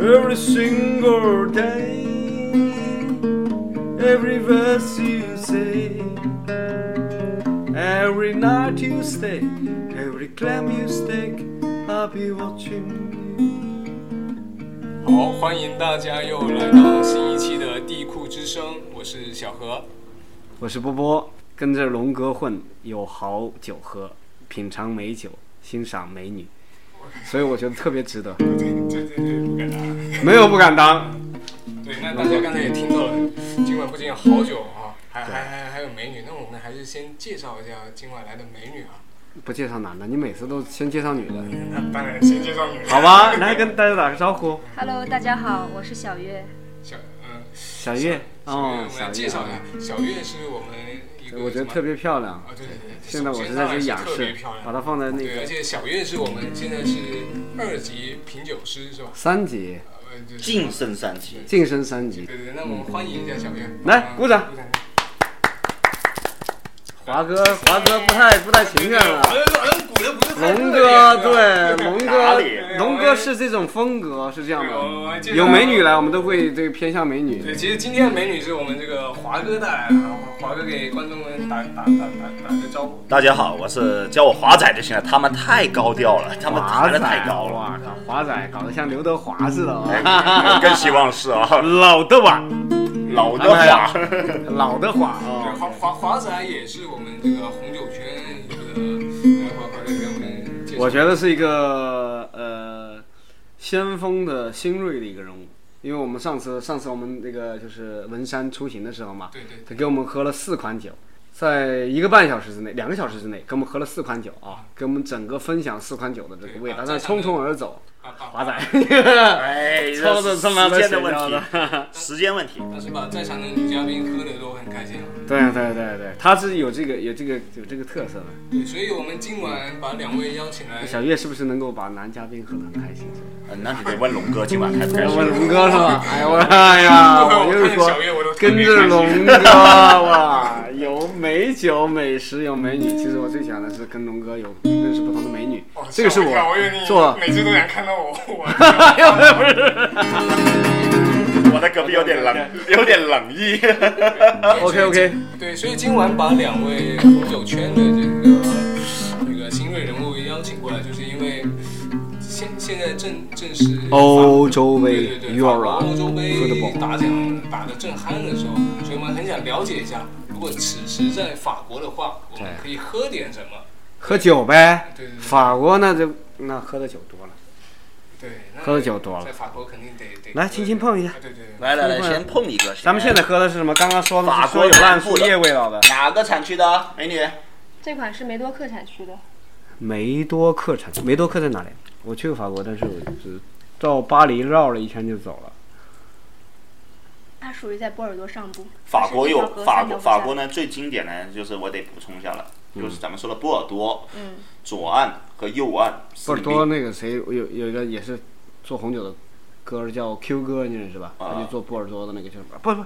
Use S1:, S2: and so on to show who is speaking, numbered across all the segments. S1: every single day. Every verse you say, every night you stay, every climb you stake, I'll be watching
S2: 好，欢迎大家又来到新一期的地库之声，我是小何。
S1: you。我是波波，跟着龙哥混，有好酒喝，品尝美酒，欣赏美女，所以我觉得特别值得。
S2: 对对对对，不敢当。
S1: 没有不敢当，
S2: 对，那大家刚才也听到了，今晚不仅有好酒啊，还还还还有美女。那我们还是先介绍一下今晚来的美女啊。
S1: 不介绍男的，你每次都先介绍女的，
S2: 那当然先介绍女的。
S1: 好吧？来跟大家打个招呼，
S3: Hello，大家好，我是小月。
S2: 小嗯，
S1: 小月，哦，
S2: 我们
S1: 小
S2: 来
S1: 月，
S2: 介绍一下，小月是我们一个
S1: 我觉得
S2: 什么
S1: 特别漂亮
S2: 啊。，对对对，
S1: 现在我是
S2: 首
S1: 在
S2: 先
S1: 这
S2: 她
S1: 仰
S2: 特别
S1: 视
S2: 漂，亮
S1: 把它放在那
S2: 对，而
S1: 个
S2: 且小月是我们现在是二级品酒师是吧？
S1: 三级，
S2: 呃，就是
S4: 净胜三级，
S1: 晋升三级。
S2: 对对对，那我们欢迎一下小月，
S1: 来鼓掌
S2: 鼓掌。
S1: 华哥，华哥不太不太情愿了。
S4: 像鼓的不是
S1: 龙哥，对，龙
S4: 打
S1: 哥，
S4: 脸
S1: 龙哥是这种风格，是这样
S2: 我还记
S1: 的。
S2: 得
S1: 有美女来，我们都会这个偏向美女。
S2: 对，其实今天的美女是我们这个华哥带来的，啊，华哥给观众们打打打打打个招呼。
S4: 大家好，我是叫我华仔就行了，他们太高调了，他们
S1: 华仔，
S4: 抬的太高了，
S1: 哇靠，华仔搞得像刘德华似的啊，
S4: 哎 更希望是啊，
S1: 老的哇，
S4: 老的话，
S1: 老的华
S2: 对，
S1: 啊。
S2: 华华华仔也是我们这个红酒圈一个，来华华哥给我们介绍。
S1: 我觉得是一个呃先锋的新锐的一个人物，因为我们上次上次我们那个就是文山出行的时候嘛，
S2: 对对对
S1: 他给我们喝了四款酒，在一个半小时之内、两个小时之内，给我们喝了四款酒啊，给我们整个分享四款酒的这个味道，
S2: 对
S1: 但是匆匆而走。
S2: 啊啊
S1: 华仔，
S4: 哎，
S1: 操
S4: 这
S1: 着
S4: 是
S1: 他妈
S4: 时
S1: 的闲
S4: 间的
S1: 聊
S4: 问
S1: 的
S4: 题，时间问题，
S2: 但是把在场的女嘉宾喝的都很开心啊。
S1: 对对对对，他是有这个有这个有这个特色的。
S2: 对，所以我们今晚把两位邀请来，
S1: 小月是不是能够把男嘉宾喝得很开心？
S4: 呃那你得问龙哥今晚开不开
S1: 哎
S4: 心
S1: 我。龙哥是 吧？哎呀，我哎呀，我就是说跟着龙哥哇，有美酒、美食，有美女。其实我最想的是跟龙哥有认识不同的美女
S2: 嗯哦，
S1: 这个是
S2: 吓一跳我以为你
S1: 做。 哎
S2: 每次都想看到我，我
S4: 我的隔壁有点冷，有点冷意。
S1: OK OK，
S2: 对，所以今晚把两位红酒圈的这个这个新锐人物邀请过来，就是因为现现在正正是
S1: 欧洲杯
S2: 对对对
S1: Euro
S2: 法国欧洲杯
S1: Football
S2: 打奖打得正酣的时候，所以我们很想了解一下，如果此时在法国的话，我们可以喝点什么？
S1: 喝酒呗
S2: 对对。对
S1: 法国那就那喝的酒多了，
S2: 对，那
S1: 喝的酒多了
S2: 在法国肯定得得
S1: 来轻轻碰一下
S2: 啊对对对，
S4: 来来来，先碰一个。
S1: 咱们现在喝的是什么？刚刚说的
S4: 法
S1: 是
S4: 国
S1: 说有烂
S4: 南部
S1: 树
S4: 的
S1: 叶味道的
S4: 哪个产区的哎美女？
S3: 这款是梅多克产区的，
S1: 梅多克产梅多克在哪里？我去过法国，但是我只到巴黎绕了一圈就走了。
S3: 它属于在波尔多上部。
S4: 法国
S3: 它
S4: 有
S3: 是一条河
S4: 法国，法。
S3: 三条
S4: 国
S3: 河
S4: 呢最经典的就是我得补充一下了，就是咱们说的波尔多
S3: 下嗯，
S4: 左岸和右岸。
S1: 波尔多那个谁有有一个也是做红酒的哥儿叫 Q 哥，你认识吧？
S4: 啊
S1: 他就做波尔多的那个叫什么？不不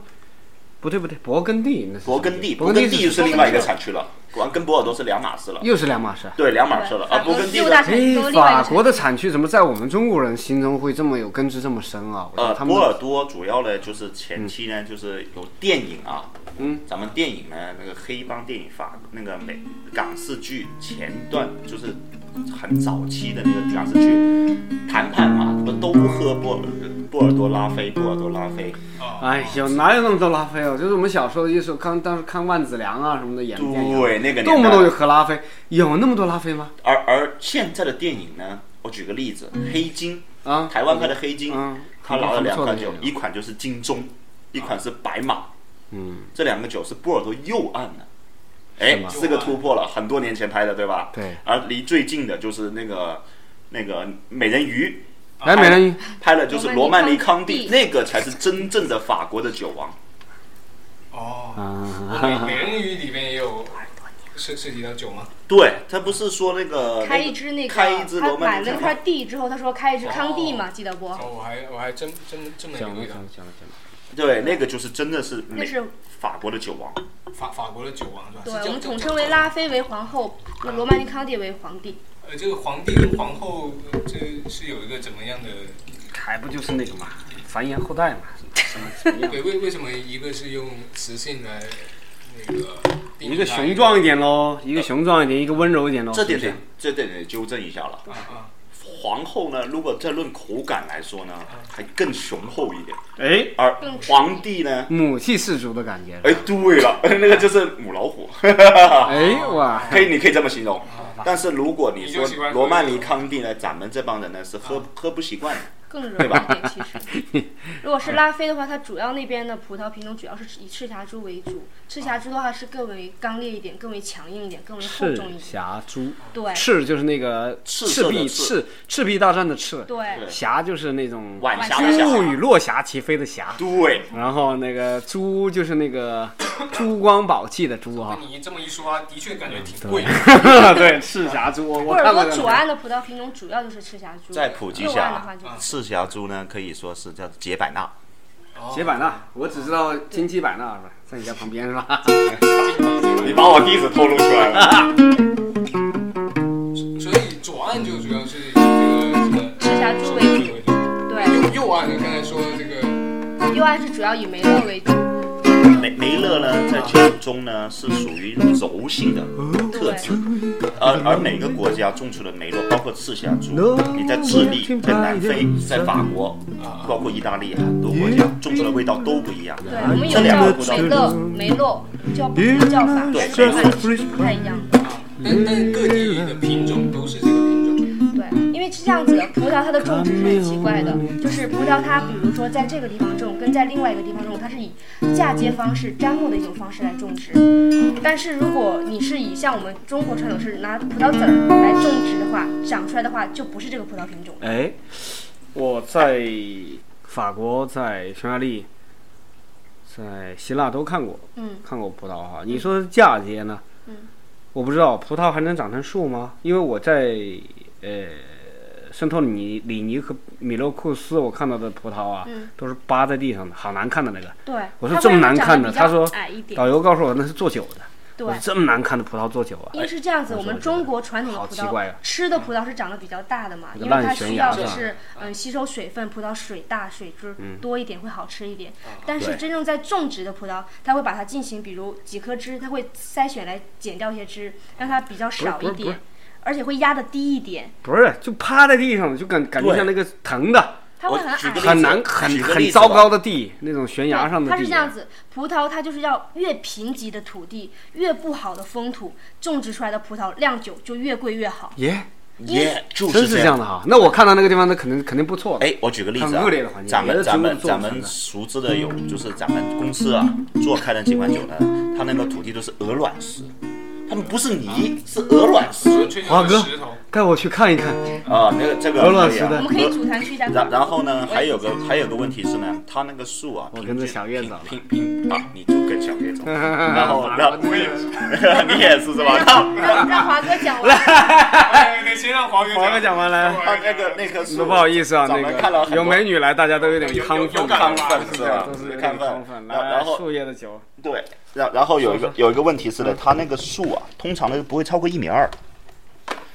S1: 不对不对，勃艮第那是什么
S4: 勃艮第，
S1: 勃
S4: 勃
S1: 艮
S4: 艮
S1: 第
S4: 第是
S1: 什么
S4: 另外一个产区了，完跟波尔多是两码事了。
S1: 又是两码事。
S4: 对，两码事了啊！
S3: 法国
S4: 勃艮第
S3: 六大
S4: 的
S3: 产区都
S1: 哎，
S3: 另外一
S1: 法
S3: 个
S1: 国
S3: 产
S1: 的产区怎么在我们中国人心中会这么有根植这么深啊？我觉得
S4: 呃，
S1: 他们
S4: 波尔多主要呢就是前期呢就是有电影啊，
S1: 嗯，
S4: 咱们电影呢那个黑帮电影法那个美港式剧前段就是很早期的那个港式剧谈判嘛，不都喝波尔波尔多拉菲，波尔多拉菲。
S1: 哎呦，哪有那么多拉菲哦？就是我们小时候一时候看，当时看万梓良啊什么的演的电影，
S4: 对，那个年代
S1: 动不动就喝拉菲，有那么多拉菲吗？
S4: 而而现在的电影呢，我举个例子，黑金，
S1: 嗯啊，
S4: 台湾拍的黑金，
S1: 嗯
S4: 它拿了两款酒
S1: 很不错的，电
S4: 一款就是金钟，一款是白马，
S1: 嗯，
S4: 这两个酒是波尔多右岸的。
S1: 是
S4: 哎
S1: 吗，
S4: 这个突破了，很多年前拍的，对吧？
S1: 对。
S4: 而离最近的就是那个那个美人鱼，
S1: 来哎美人鱼，
S4: 拍的就是罗曼尼康
S3: 罗曼尼康帝
S4: 帝，那个才是真正的法国的酒王。
S2: 哦，美
S1: 啊，
S2: 美人鱼里面也有涉涉及到酒吗？
S4: 对，他不是说那个
S3: 开一支那
S4: 那
S3: 个，
S4: 开一支
S3: 他
S4: 罗
S3: 买
S4: 曼尼
S3: 了那
S4: 康
S3: 块
S4: 帝，
S3: 地之后，他说开一支康帝嘛，记得不？
S2: 哦，我还我还真真真没
S1: 讲
S2: 留
S1: 了
S2: 意到
S1: 讲了讲了讲了，
S4: 对，那个就是真的是
S3: 那
S4: 美
S3: 是
S4: 法国的酒王。
S2: 法法国的酒王是吧？
S3: 对
S2: 是叫
S3: 我们
S2: 叫
S3: 统
S2: 叫
S3: 称为
S2: 叫
S3: 拉菲为皇后，那罗曼尼康帝为皇帝。
S2: 呃，这个皇帝跟皇后，呃这是有一个怎么样的？
S1: 还不就是那个嘛，繁衍后代嘛，什么
S3: 嗯
S1: 什么样？
S2: 对，为为什么一个是用词性来那个定义它，
S1: 一个雄壮一点喽，一个雄壮一点，一个温柔一点喽。
S4: 呃这点
S1: 是
S4: 得
S1: 不是
S4: 这点得纠正一下了。
S2: 啊啊，
S4: 皇后呢，如果再论口感来说呢，
S2: 啊
S4: 还更雄厚一点，
S1: 哎，
S4: 而
S3: 更
S4: 皇帝呢，
S1: 母系氏族的感觉。
S4: 哎，对了， 那个就是母老 虎，
S1: 哎哇，
S4: 可以，你可以这么形容。但是如果你
S2: 啊你
S4: 说
S2: 就喜欢喝啊
S4: 罗曼尼康帝呢，咱们这帮人呢是喝喝不习惯的。
S3: 更柔
S4: 对吧
S3: 一点。其实， 如果是拉菲的话，它主要那边的葡萄品种主要是以赤霞珠为主，赤霞珠的话是更为刚烈一点，更为强硬一点，更为厚
S1: 赤
S3: 重一点。
S1: 霞珠，
S3: 对
S1: 赤就是那个
S4: 赤
S1: 赤
S4: 色的
S1: 壁
S4: 赤
S1: 赤赤壁大战的赤，
S3: 对，
S1: 霞就是那种
S4: 晚霞
S3: 晚
S4: 的
S3: 霞
S4: 霞，
S1: 物与落霞齐飞的霞，
S4: 对，
S1: 然后那个珠就是那个珠光宝气的珠
S2: 那
S1: 哈，
S2: 你这么一说啊，的确感
S1: 嗯
S2: 觉挺贵 的。
S1: 对，赤霞珠，我
S3: 波
S1: 我
S3: 尔
S1: 看
S3: 多
S1: 过
S3: 左
S1: 这
S3: 岸的葡萄品种主要就是赤霞珠，
S4: 再普及一
S3: 右岸的
S4: 下
S3: 话就
S2: 啊，
S4: 赤霞珠呢可以说是叫杰百纳，
S2: 哦
S1: 写版纳，我只知道金鸡版纳，在你家旁边是吧？
S4: 你把我地址透露出来了。
S2: 所以左岸就主要是这个这
S3: 赤霞
S2: 个
S3: 珠为主。
S2: 为主，
S4: 啊
S3: 对，
S2: 右右岸呢，刚才说的这个
S3: 右岸是主要以梅洛为主，
S4: 梅梅勒呢，在建筑中呢是属于柔性的特质，而而每个国家种出的梅洛，包括赤霞珠，你在智利、在南非、在法国，包括意大利啊很多国家种出的味道都不一样。
S3: 对，我们
S4: 这两
S3: 有
S4: 个葡
S3: 叫梅
S4: 萄，
S3: 勒、梅洛，叫不同的叫法，但是汉是不太一样的。
S2: 啊，但但各地的品种都是这个品种。
S3: 对，因为是这样子的，葡萄它的种植是很奇怪的，就是葡萄它，比如说在这个地方种，跟在另外一个地方种，它是以嫁接方式、砧木的一种方式来种植。但是如果你是以像我们中国传统是拿葡萄籽儿来种植的话，长出来的话就不是这个葡萄品种了。
S1: 哎，我在法国，在匈牙利，在希腊都看过，
S3: 嗯，
S1: 看过葡萄哈。你说嫁接呢？
S3: 嗯，
S1: 我不知道葡萄还能长成树吗？因为我在呃圣托里尼里尼和米洛库斯我看到的葡萄啊，
S3: 嗯
S1: 都是扒在地上的，好难看的那个。
S3: 对。
S1: 我说这么难看的
S3: 它会让
S1: 他
S3: 它长
S1: 说
S3: 得比较矮一点，
S1: 导游告诉我那是做酒的，我
S3: 对
S1: 说。这么难看的葡萄做酒啊
S3: 因，为是这样子，
S1: 哎
S3: 我
S1: 我
S3: 们
S1: 说我觉得
S3: 中国传统的
S1: 好
S3: 葡
S1: 奇怪
S3: 萄
S1: 啊，
S3: 吃的葡萄是长得比较大的嘛，
S1: 那
S3: 因
S1: 个
S3: 为
S1: 烂
S3: 它
S1: 悬
S3: 需
S1: 崖
S3: 要的
S1: 上
S3: 是嗯吸收水分，葡萄水大水汁多一点会好吃一点。但
S1: 嗯
S3: 是
S1: 啊对
S3: 真正在种植的葡萄，它会把它进行比如几颗枝，它会筛选来剪掉一些枝，让它比较少
S1: 不是不
S3: 一
S1: 是不是
S3: 点，而且会压得低一点，
S1: 不是就趴在地上，就感感觉
S4: 对
S1: 像那个疼的，
S3: 它会
S4: 我举
S3: 很矮
S4: 个例。子
S1: 很难很
S4: 举个
S1: 很
S4: 例子
S1: 糟
S4: 吧
S1: 糕的地，那种悬崖上的地。
S3: 对，它是这样子，葡萄它就是要越贫瘠的土地，越不好的风土，种植出来的葡萄酿酒就越贵越好。
S1: 耶
S4: 耶，就
S1: 真
S4: 是
S1: 是
S4: 这
S1: 这样。的哈。那我看到那个地方，那肯定肯定不错的。
S4: 哎，我举个例子
S1: 很
S4: 啊
S1: 恶劣的环，境
S4: 咱
S1: 也
S4: 们
S1: 是
S4: 咱们
S1: 植物做
S4: 咱
S1: 成
S4: 们
S1: 的
S4: 熟知的有，就是咱们公司啊做开的几款酒呢，它那个土地都是鹅卵石，它们不是泥，是鹅卵石
S2: 纯粹
S1: 华
S2: 就是
S1: 哥
S2: 石头，
S1: 带我去看一看。
S4: 啊，那个这个
S1: 鹅卵
S4: 可以啊
S1: 石的
S3: 我们可以组团去一下。
S4: 然然后呢，还有个还有个问题是呢，它那个树啊，
S1: 我
S4: 平
S1: 跟着
S4: 均
S1: 小月走
S4: 平平平啊，你就跟小月走， 然后
S1: 然
S4: 然后 你也是是吧？ 那
S3: 让让华哥讲完。
S2: 哎那先让华哥
S1: 华哥讲完来
S4: 它那个那棵树，
S1: 不好意思啊，
S4: 咱
S1: 那
S4: 们看了
S1: 个
S4: 很
S1: 有
S4: 多
S1: 美女来，大家都有点
S2: 有有
S1: 亢
S2: 有
S1: 奋，
S2: 感
S4: 亢
S2: 吧
S4: 奋是吧
S1: 都是有？点亢
S4: 亢奋
S1: 奋。，来
S4: 然然后
S1: 树叶的酒，
S4: 对，然然后有一
S1: 说
S4: 个有一个问题是呢，它那个树啊，通常呢不会超过一米二，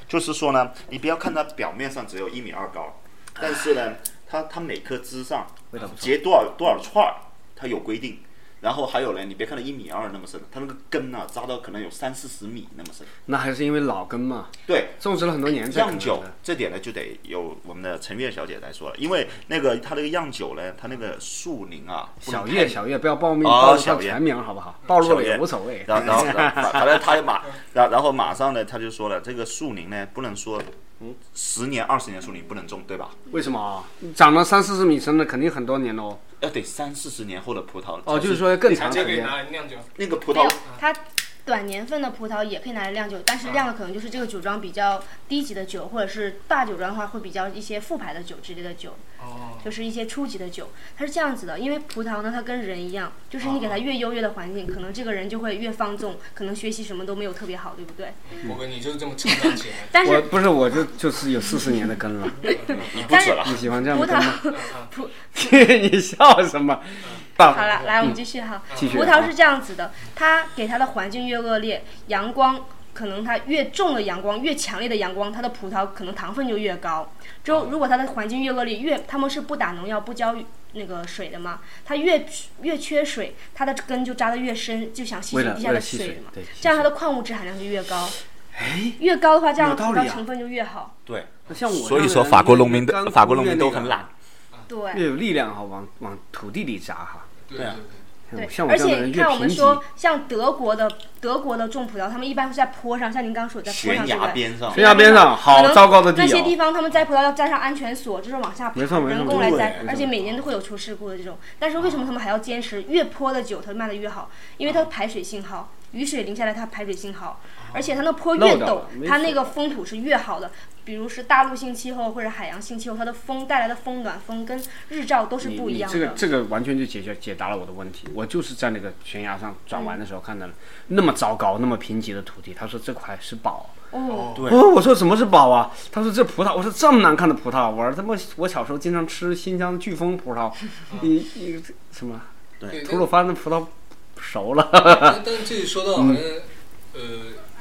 S4: 就是说呢，你不要看它表面上只有一米二高，但是呢，它它每棵枝上
S1: 味道不错
S4: 结多少多少串儿，它有规定。然后还有呢，你别看它一米二那么深，它那个根啊扎到可能有三四十米那么深。
S1: 那还是因为老根嘛，
S4: 对，
S1: 种植了很多年才可
S4: 酿
S1: 能
S4: 酒
S1: 的。
S4: 这点呢，就得由我们的陈月小姐来说了，因为那个它那个酿酒呢，它那个树龄啊，不能
S1: 小
S4: 太
S1: 叶，小叶，不要暴露
S4: 哦
S1: 暴露他
S4: 小叶
S1: 全名好不好？暴露了
S4: 小
S1: 也
S4: 叶
S1: 无所谓。
S4: 然后，然后，然后反反正他就马，然后然后马上呢，他就说了，这个树龄呢，不能说，十年、二十年树龄不能种，对吧？
S1: 为什么啊？长了三四十米深的，肯定很多年喽。
S4: 要得三四十年后的葡萄。
S1: 哦，就是说更
S2: 把
S1: 长
S2: 这
S1: 时
S2: 个给
S1: 间。
S2: 拿来酿酒。
S4: 那个葡
S3: 没
S4: 萄
S3: 有，它短年份的葡萄也可以拿来酿酒，但是酿的可能就是这个酒庄比较低级的酒，或者是大酒庄的话会比较一些副牌的酒之类的酒，
S2: 哦，
S3: 就是一些初级的酒。它是这样子的，因为葡萄呢，它跟人一样，就是你给它
S1: 哦
S3: 越优越的环境，可能这个人就会越放纵，可能学习什么都没有特别好，对不对？
S2: 我跟你就是这么成长起来的。
S3: 但
S1: 我
S3: 是
S1: 不是，我就就是有四十年的根 了。
S4: 你不止了，
S1: 你喜欢这样
S3: 葡
S1: 的根
S3: 萄
S1: 吗？
S3: 葡
S1: 你笑什么？好
S3: 嗯好了，来我们继续哈。
S1: 嗯继续
S3: 葡
S1: 啊。
S3: 萄是这样子的，它给它的环境越恶劣，阳光可能它越重的阳光，越强烈的阳光，它的葡萄可能糖分就越高。之
S1: 哦
S3: 后，如果它的环境越恶劣，越他们是不打农药、不浇那个水的嘛，它越越缺水，它的根就扎得越深，就想吸
S1: 为
S3: 取
S1: 了
S3: 地
S1: 为
S3: 下
S1: 了
S3: 的
S1: 吸水
S3: 嘛。
S1: 对，吸
S3: 这样它
S1: 水
S3: 的矿物质含量就越高，
S1: 哎，
S3: 越高的话，这样
S1: 有
S3: 葡
S1: 道理
S3: 萄
S1: 啊
S3: 成分就越好。
S4: 对，
S1: 那像我
S4: 所以
S1: 这样
S4: 说
S1: 人
S4: 法国
S1: 那
S4: 农民
S1: 刚
S4: 的法国
S1: 工
S4: 农
S1: 业
S4: 民都
S1: 那个
S4: 很懒，
S3: 对，
S1: 啊越有力量哈，往往土地里砸哈。
S2: 对
S4: 对啊
S3: 对，
S1: 像我
S3: 而
S1: 这样的
S3: 且
S1: 人
S3: 你
S1: 越
S3: 看我
S1: 贫瘠
S3: 们说，，像德国的德国的种葡萄，他们一般会在坡上，像您刚说的在坡
S4: 悬
S3: 上之
S4: 崖
S3: 外，
S4: 边上
S1: 悬崖边上好
S3: 可能
S1: 糟糕的地
S3: 那些
S1: 哦
S3: 地方他们摘葡萄要加上安全锁，就是往下爬
S1: 没错没错
S3: 人工来
S1: 没错
S3: 摘
S1: 没，错
S3: 而且每年都会有出事故的这种。但是为什么他们还要坚持？越坡的久，它卖的越好，因为它排水性好，雨水淋下来它排水性好，而且它那坡越
S1: 啊漏掉
S3: 陡
S1: 了没，
S3: 它
S1: 错
S3: 那个风土是越好的。比如是大陆性气候或者海洋性气候，它的风带来的风暖风跟日照都是
S1: 你
S3: 不一
S1: 你
S3: 样
S1: 这个
S3: 的。
S1: 这个完全就解决解答了我的问题。我就是在那个悬崖上转
S3: 嗯
S1: 弯的时候看到了那么糟糕、那么贫瘠的土地，他说这块是宝。
S3: 哦，
S4: 对
S1: 哦，我说什么是宝啊？他说这葡萄，我说这么难看的葡萄，我说他妈我小时候经常吃新疆飓风葡 萄，你你什么
S2: 对
S1: 吐鲁番的葡萄熟了，
S2: 但但这说到好
S4: 嗯
S2: 像，呃，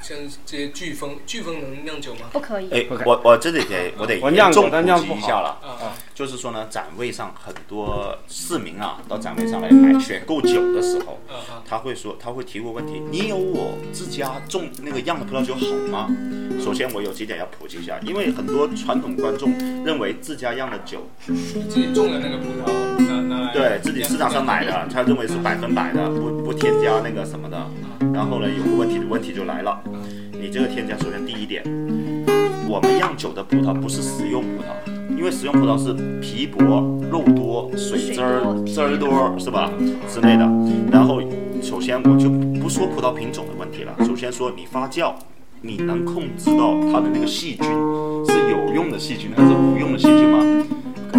S2: 像这些飓风，飓风能酿酒吗？
S3: 不可以。
S4: 哎
S1: OK，
S4: 我我这里得我得
S1: 我酿过
S4: 严重普
S1: 但酿
S4: 及
S1: 不
S4: 一
S1: 好
S4: 下了，
S2: 啊，
S4: 就是说呢，展位上很多市民啊，到展位上来买选购酒的时候，
S1: 嗯
S2: 啊啊，
S4: 他会说，他会提过问题，你有我自家种那个酿的葡萄酒好吗？首先，我有几点要普及一下，因为很多传统观众认为自家酿的酒，
S2: 自己种的那个葡萄，拿拿来
S4: 对自己市场上买的，他认为是百分百的，不不添加那个什么的。然后呢，有个问题，问题就来了，你这个添加，首先第一点，我们酿酒的葡萄不是食用葡萄，因为食用葡萄是皮薄、肉多、水汁儿
S3: 水多
S4: 汁儿多，是吧之类的。然后，首先我就不说葡萄品种的问题了，首先说你发酵，你能控制到它的那个细菌是有用的细菌还是无用的细菌吗？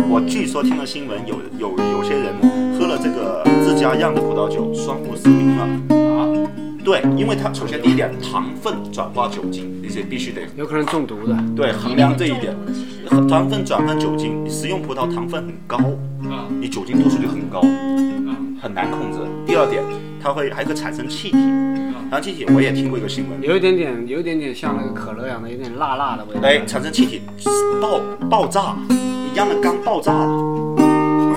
S4: 我据说听了新闻，有有有些人喝了这个自家酿的葡萄酒，双目失明了啊。对，因为它首先第一点，糖分转化酒精，你得必须得
S1: 有可能中毒的。
S4: 对衡量这一点。
S3: 中毒的其实
S4: 糖分转换酒精，食用葡萄糖分很高，
S2: 啊
S4: 你酒精度数就很高，很难控制。第二点，它会还会产生气体，然后气体我也听过一个新闻，
S1: 有一点点，有一点点像那个可乐一样的，有点辣辣的味道。
S4: 哎，产生气体爆爆炸，你酿的缸爆炸了，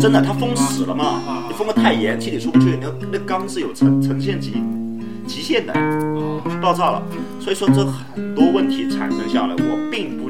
S4: 真的，它封死了嘛，你封的太严，气体出不去，那那缸是有呈呈现极极限的，
S2: 哦
S4: 爆炸了。所以说这很多问题产生下来，我并不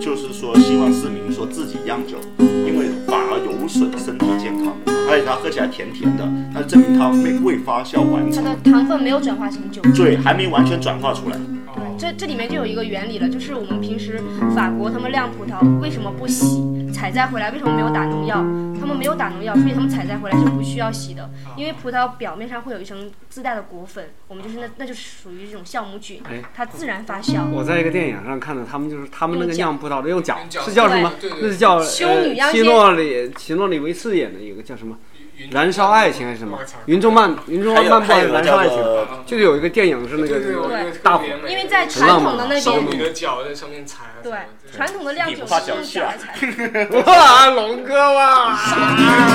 S4: 就是说希望市民说自己酿酒，因为反而有损身体健康，而且它喝起来甜甜的，那就证明它没未发酵完
S3: 它
S4: 成，
S3: 的糖分没有转化成酒精。
S4: 对，还没完全转化出来。
S2: 哦
S3: 对，这这里面就有一个原理了，就是我们平时法国他们晾葡萄为什么不洗，采摘回来为什么没有打农药？他们没有打农药，所以他们采摘回来是不需要洗的，因为葡萄表面上会有一层自带的果粉，我们就是那那就是属于这种酵母菌
S1: 哎，
S3: 它自然发酵。
S1: 我在一个电影上看到他们就是他们那个
S3: 用脚
S1: 酿葡萄的用脚
S2: 用，脚
S1: 是叫什么
S2: 对对？对
S1: 那是叫
S3: 修女
S1: 呃
S3: 央
S1: 奇
S3: 仙
S1: 诺里奇诺里维斯演的一个叫什么
S2: 云
S1: 《燃烧爱情》还是什么
S2: 我操？
S1: 云中漫云中
S4: 还
S1: 漫
S4: 有
S1: 漫步
S4: 还
S1: 还是
S4: 有
S1: 燃烧
S4: 叫
S1: 爱情？
S4: 做
S1: 就是有一个电影是那
S2: 对
S1: 个
S2: 对，我觉得
S1: 大
S2: 特
S1: 火
S2: 别美
S3: 因为在传统的那
S2: 烧你
S3: 边，
S2: 的脚在上面踩啊，
S3: 对
S2: 什么
S3: 传统的酿酒是用脚来采，
S1: 哇，龙哥哇，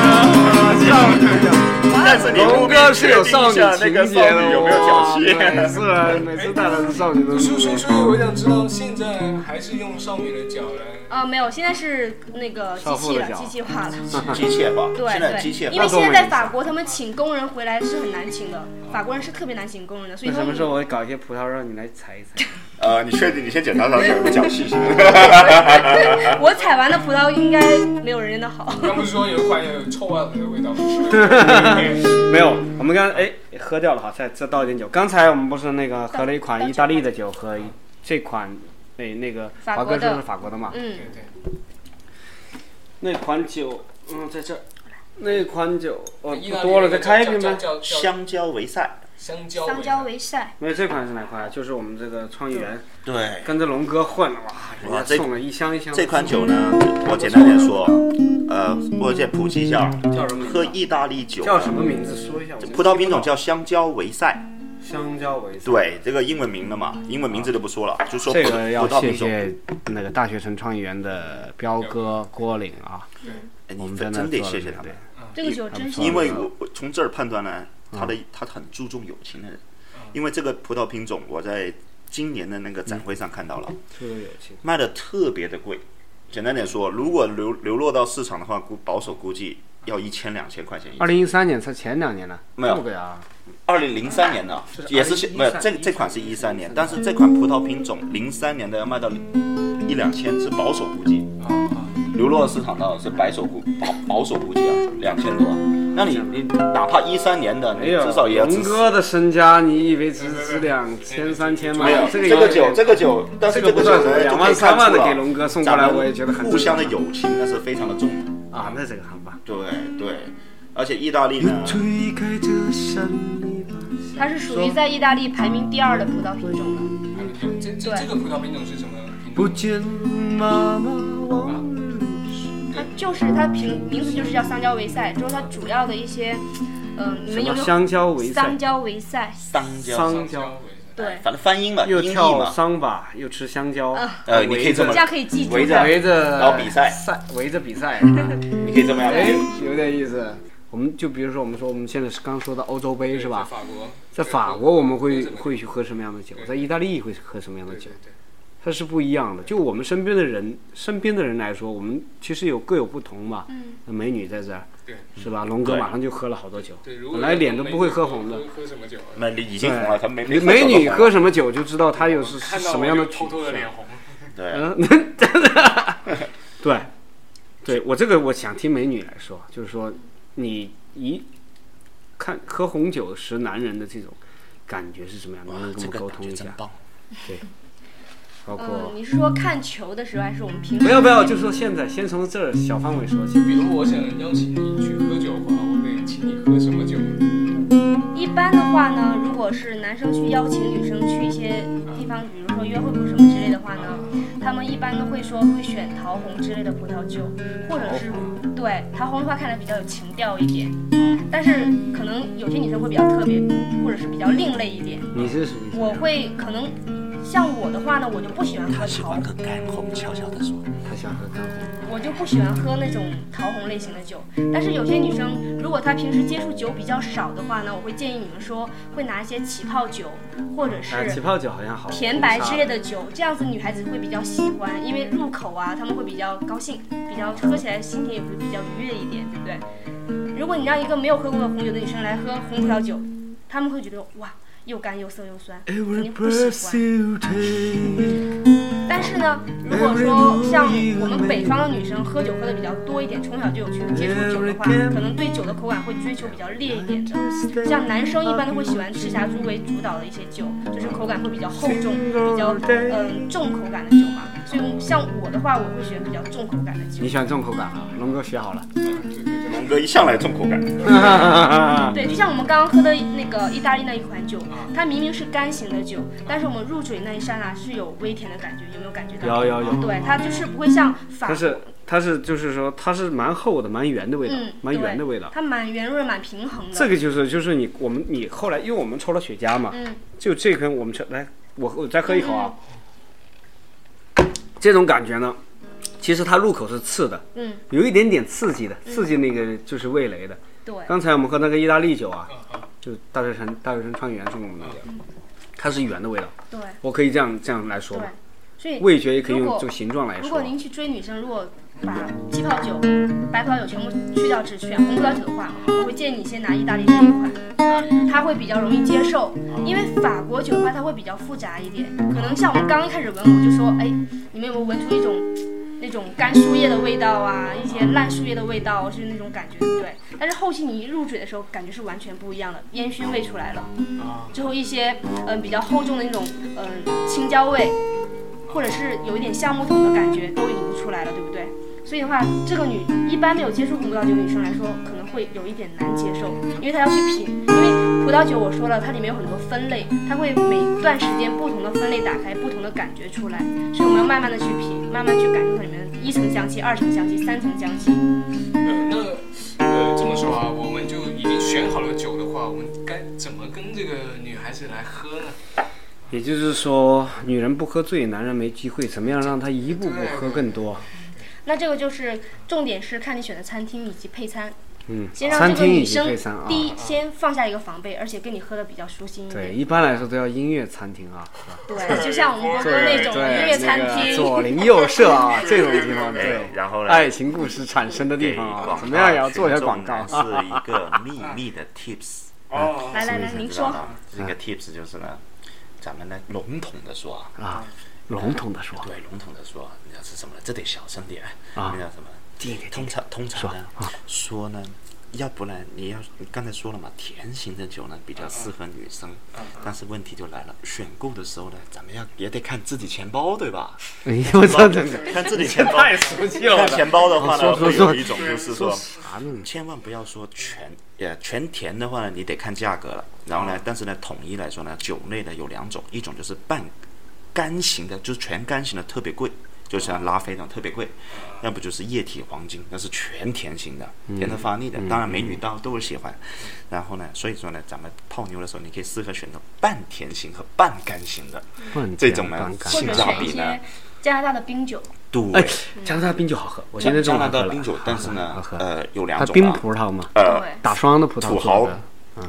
S1: 少女
S4: 但是你
S1: 龙哥是有少
S4: 少女
S1: 女
S4: 那个
S1: 情节
S4: 少
S1: 的，哦
S4: 女有没有
S1: 哇
S4: 脚气？
S1: 每 次来每次带来的少女都
S2: 对
S1: 是
S2: 所以所以所以我想知道，现在还是用少女的脚来
S3: 啊、没有，现在是那个机
S1: 少妇
S3: 器
S1: 的嗯
S3: 了，
S1: 脚
S3: 机器化了。
S4: 机械吧，
S3: 对
S4: 现在机
S3: 对，
S4: 械
S3: 因
S4: 化
S3: 为现在在法国，他们
S1: 啊
S3: 请工人回来是很难请的，法国人是特别难请工人的，所以
S1: 那
S3: 他
S1: 什么
S3: 们
S1: 时候我搞一些葡萄让你来采一采？
S4: 呃，你确定？你先检查查有没有脚气先。
S3: 我采完的葡萄应该没有人家的好。
S2: 刚不是说有一款有臭袜子的 味道吗？
S1: 没有，我们刚哎喝掉了哈，再再倒一点酒。刚才我们不是那个喝了一款意大利的酒和一这款那那个
S3: 法
S1: 华哥
S3: 国的
S1: 说是法国的嘛？
S3: 嗯
S2: 对，对，
S1: 那款酒，嗯，在这儿，那款酒我
S2: 意大利
S1: 多了，
S2: 那个
S1: 再开一瓶
S2: 叫
S1: 呗。
S2: 叫叫叫
S4: 香蕉维赛，
S2: 香蕉
S3: 香蕉维晒，
S1: 没有这款是哪款啊？就是我们这个创意园
S4: 对
S1: 跟着龙哥混了，哇，人
S4: 哇
S1: 家
S4: 这
S1: 送了一箱一箱。
S4: 这款酒呢，我简单点说，呃，我先普及一下，
S1: 叫什么名字
S4: 喝意大利酒，
S1: 叫什么名字？说一下。我就
S4: 葡萄品种叫香蕉维赛，
S1: 香蕉维斯。
S4: 对，这个英文名的嘛，英文名字就不说了，就说葡
S1: 这个要
S4: 葡萄
S1: 谢
S4: 品种。
S1: 谢那个大学城创意园的彪哥郭岭啊，
S4: 哎
S1: 我
S4: 你
S1: 们真
S4: 真真
S1: 的
S4: 得
S1: 做
S4: 谢
S1: 了
S4: 谢
S1: 这
S4: 他
S1: 个
S4: 们，
S3: 这个酒真
S1: 对
S3: 心
S1: 嗯
S4: 因为我我从这儿判断呢，他的他很注重友情的人，因为这个葡萄品种我在今年的那个
S1: 嗯
S4: 展会上看到了，
S1: 特别有趣。
S4: 卖的特别的贵。简单点说，如果流流落到市场的话，估保守估计要一千两千块钱一斤。
S1: 二零一三年才前两年呢，
S4: 没有
S1: 这么贵啊？
S4: 二零零三年的，
S1: 这是啊
S4: 也是
S1: 2013
S4: 现没有这这款是一三年，但是这款葡萄品种零三年的要卖到一两千是保守估计，
S2: 啊啊，
S4: 流落市场到是白手估保保守估计啊，两千多。那你你哪怕一三年的，
S1: 没
S4: 你
S1: 有，
S4: 至少也要
S1: 龙
S4: 值
S1: 哥的身家，你以为值值两千三千吗？
S4: 没有
S1: 这
S4: 啊这
S1: 个有
S4: 个酒，这个酒，但是
S1: 这个不
S4: 酒
S1: 算什么，
S4: 呢
S1: 两万
S4: 就可以看
S1: 三万的
S4: 出
S1: 给
S4: 了
S1: 龙哥送过来，
S4: 咱们
S1: 我也觉得很
S4: 互相的
S1: 正
S4: 友情那是非常的重的。
S1: 常啊，那这个很棒。
S4: 对对，而且意大利呢，
S1: 推开这扇篱笆，
S3: 它是属于在意大利排名第二的葡萄品种了。
S2: 这这这个葡萄品种是什么品
S1: 不
S2: 种？
S1: 见妈妈忘了
S3: 它就是它名名字就是叫香蕉维塞，之后它主要的一些，嗯，你
S1: 什
S3: 们有
S1: 么
S3: 没有
S1: 香蕉为塞
S3: 香，蕉维塞？
S4: 桑
S1: 桑
S4: 胶，
S1: 香蕉
S2: 蕉，
S3: 对，
S4: 反正翻音嘛，
S1: 又
S4: 音译
S1: 跳
S4: 嘛，
S1: 桑巴，又吃香蕉，
S4: 呃你可以这么
S3: 这样可以记住
S4: 围
S3: 的
S4: 着。
S1: 围着
S4: 然后比赛
S1: 赛围着比 赛，
S4: 你可以这么样
S1: 哎
S4: 理解。，
S1: 有点意思。我们就比如说，我们说我们现在是刚说到欧洲杯是吧？
S2: 法国，
S1: 在法国我们会会去喝什么样的酒，在意大利会喝什么样的
S2: 对
S1: 酒
S2: 对，对，
S1: 它是不一样的。就我们身边的人，身边的人来说，我们其实有各有不同嘛。那美女在这儿，
S2: 对
S1: 是吧？龙哥
S4: 对
S1: 马上就喝了好多酒，
S2: 对，如果
S1: 本来脸都不会喝红的。，
S2: 喝什么酒啊？
S4: 那你已经红了，他没没
S1: 对美女喝
S4: 喝
S1: 什么酒就知道她有是是
S2: 看到
S1: 什
S2: 我
S1: 么样
S2: 就
S1: 的曲
S2: 偷偷的
S1: 线
S2: 脸。红，
S4: 对，
S1: 嗯， 对，对我这个我想听美女来说，就是说你一看喝红酒时男人的这种感觉是什么样的，能不能跟我们沟通一下？
S4: 棒。
S1: 包
S3: 嗯，
S1: 括
S3: 你是说看球的时候，还是我们平时？
S1: 不要不要，就说现在先从这儿小范围说起。
S2: 比如我想邀请你去喝酒的话，我得请你喝什么酒？
S3: 一般的话呢，如果是男生去邀请女生去一些地方，比如说约会或什么之类的话呢，他们一般都会说会选桃红之类的葡萄酒，或者是对桃红的话看来比较有情调一点，但是可能有些女生会比较特别，或者是比较另类一点。
S1: 你是属于什么
S3: 我
S1: 样的
S3: 会可能像我的话呢，我就不喜欢喝桃红，
S4: 干红，悄悄的说。
S1: 他想喝干红，
S3: 我就不喜欢喝那种桃红类型的酒。但是有些女生，如果她平时接触酒比较少的话呢，我会建议你们说会拿一些起泡酒，或者
S1: 哎，起
S3: 是
S1: 泡酒好像好
S3: 甜白之类
S1: 的。
S3: 的酒，这样子女孩子会比较喜欢，因为入口啊，她们会比较高兴，比较喝起来心情也会比较愉悦一点，对不对？如果你让一个没有喝过红酒的女生来喝红葡萄酒，她们会觉得哇，又干又涩又酸，肯定不喜欢。但是呢，如果说像我们北方的女生喝酒喝的比较多一点，从小就有去接触酒的话，可能对酒的口感会追求比较烈一点的。像男生一般都会喜欢赤霞珠为主导的一些酒，就是口感会比较厚重、比较嗯、重口感的酒嘛。所以像我的话，我会选比较重口感的酒
S1: 你。喜欢重口感啊？龙哥学好 了。
S4: 龙哥一向来重口感，
S1: 嗯
S3: 对，就像我们刚刚喝的那个意大利那一款酒，它明明是干型的酒，但是我们入嘴那一刹那是有微甜的感觉，有没有感觉 到？
S1: 有有有，
S3: 对，它就是不会像法
S1: 它是它是就是说它是蛮厚的，蛮圆的味道
S3: 嗯，
S1: 蛮圆
S3: 对
S1: 的味道。
S3: 它蛮圆润、蛮平衡的。
S1: 这个就是就是你我们你后来，因为我们抽了雪茄嘛，
S3: 嗯，
S1: 就这根我们抽来，我我再喝一口啊。
S3: 嗯
S1: 这种感觉呢，其实它入口是刺的，
S3: 嗯，
S1: 有一点点刺激的，刺激那个就是味蕾的。
S3: 对，
S1: 刚才我们喝那个意大利酒啊，就大学城大学城创园送给我们的酒，
S3: 嗯
S1: 它是圆的味道，
S3: 对，
S1: 我可以这样这样来说
S3: 对
S1: 吧，。
S3: 所以，
S1: 味觉也可以
S3: 如
S1: 用
S3: 果
S1: 这个形状来
S3: 如果
S1: 说。
S3: 您去追女生，如果把气泡酒、白葡萄酒全部去掉，只选红葡萄酒的话，我会建议你先拿意大利这一款，它会比较容易接受。因为法国酒的话，它会比较复杂一点，可能像我们刚刚开始闻，我就说，哎，你们有没有闻出一种？那种干树叶的味道啊，一些烂树叶的味道，是那种感觉，对不对？但是后期你一入嘴的时候，感觉是完全不一样的，烟熏味出来了。最后一些嗯、呃比较厚重的那种嗯、呃青椒味，或者是有一点橡木桶的感觉都已经出来了，对不对？所以的话，这个女一般没有接触红葡萄酒的女生来说，可能会有一点难接受，因为她要去品，因为葡萄酒我说了，它里面有很多分类，它会每段时间不同的分类打开，不同的感觉出来，所以我们要慢慢的去品，慢慢地去感受它里面的一层香气、二层香气、三层香气。
S2: 呃，那呃这么说啊，我们就已经选好了酒的话，我们该怎么跟这个女孩子来喝呢？
S1: 也就是说，女人不喝醉，男人没机会。怎么样让她一步步喝更多？
S3: 那这个就是重点是看你选的餐厅以及配餐。啊
S1: 嗯，
S3: 先让
S1: 餐
S3: 这个
S1: 厅
S3: 女
S1: 已经
S3: 生
S1: 配餐啊。
S3: 第一先放下一个防备，而且跟你喝的比较舒心一
S1: 对，
S3: 点。
S1: 一般来说都要音乐餐厅啊，是吧？
S3: 对，就像我们波波
S2: 对
S3: 那种
S1: 对
S3: 音乐餐
S1: 那个
S3: 厅，
S1: 左邻右舍 啊，这种地方对
S4: 对，。然后呢？
S1: 爱情故事产生的地方
S4: 给
S1: 啊，
S4: 广
S1: 怎么样也要
S4: 大
S1: 做一下
S4: 群
S1: 广
S4: 众
S1: 告
S4: 呢
S1: 啊。
S4: 是一个秘密的 tips，
S2: 哦，
S3: 来来来，
S1: 是
S3: 您
S4: 知道
S3: 说，
S4: 吗？这个 tips 就是呢，咱们呢笼统的说啊，
S1: 啊，笼统的说，
S4: 对，笼统的说，啊你知道是什么呢？这得小声点，
S1: 啊
S4: 那叫什么？
S1: 低一点啊
S4: 通常通常呢，说呢，要不然你要你刚才说了嘛，甜型的酒呢比较适合女生，
S3: 嗯
S4: 但是问题就来了，选购的时候呢，咱们要也得看自己钱包，对吧？
S1: 哎呦，我操，这
S4: 看自己钱包，
S1: 太俗气了
S4: 看。钱包的话呢，
S1: 说说
S4: 会
S1: 说
S4: 有一种就是
S1: 说
S4: 说，
S1: 啥呢？
S4: 千万不要说全呃全甜的话呢，你得看价格了。然后
S1: 哦
S4: 呢，但是呢，统一来说呢，酒类呢有两种，一种就是半干型的，就是全干型的特别贵，就像拉菲那种特别贵；
S1: 哦
S4: 要不就是液体黄金，那是全甜型的，
S1: 嗯
S4: 甜的发腻的。当然美女到都会喜欢。然后呢，所以说呢，咱们泡妞的时候，你可以适合选择半甜型和半干型的。
S1: 不能
S4: 这种
S1: 样
S4: 呢
S1: 尴尬
S3: 或
S4: 性
S3: 者
S4: 价
S3: 选一
S4: 比呢
S3: 些加拿大的冰酒，
S4: 对，
S1: 哎，加拿大冰酒好喝，我今天
S4: 加
S1: 中午
S4: 拿
S1: 还喝
S4: 大
S1: 了
S4: 冰酒，
S1: 好
S4: 但
S1: 喝
S4: 是呢
S1: 好，喝
S4: 呃，有两
S1: 它
S4: 种
S1: 冰
S4: 啊，
S1: 葡萄嘛，
S4: 呃，
S3: 对，
S1: 打霜的葡萄
S4: 土
S1: 做
S4: 豪
S1: 的，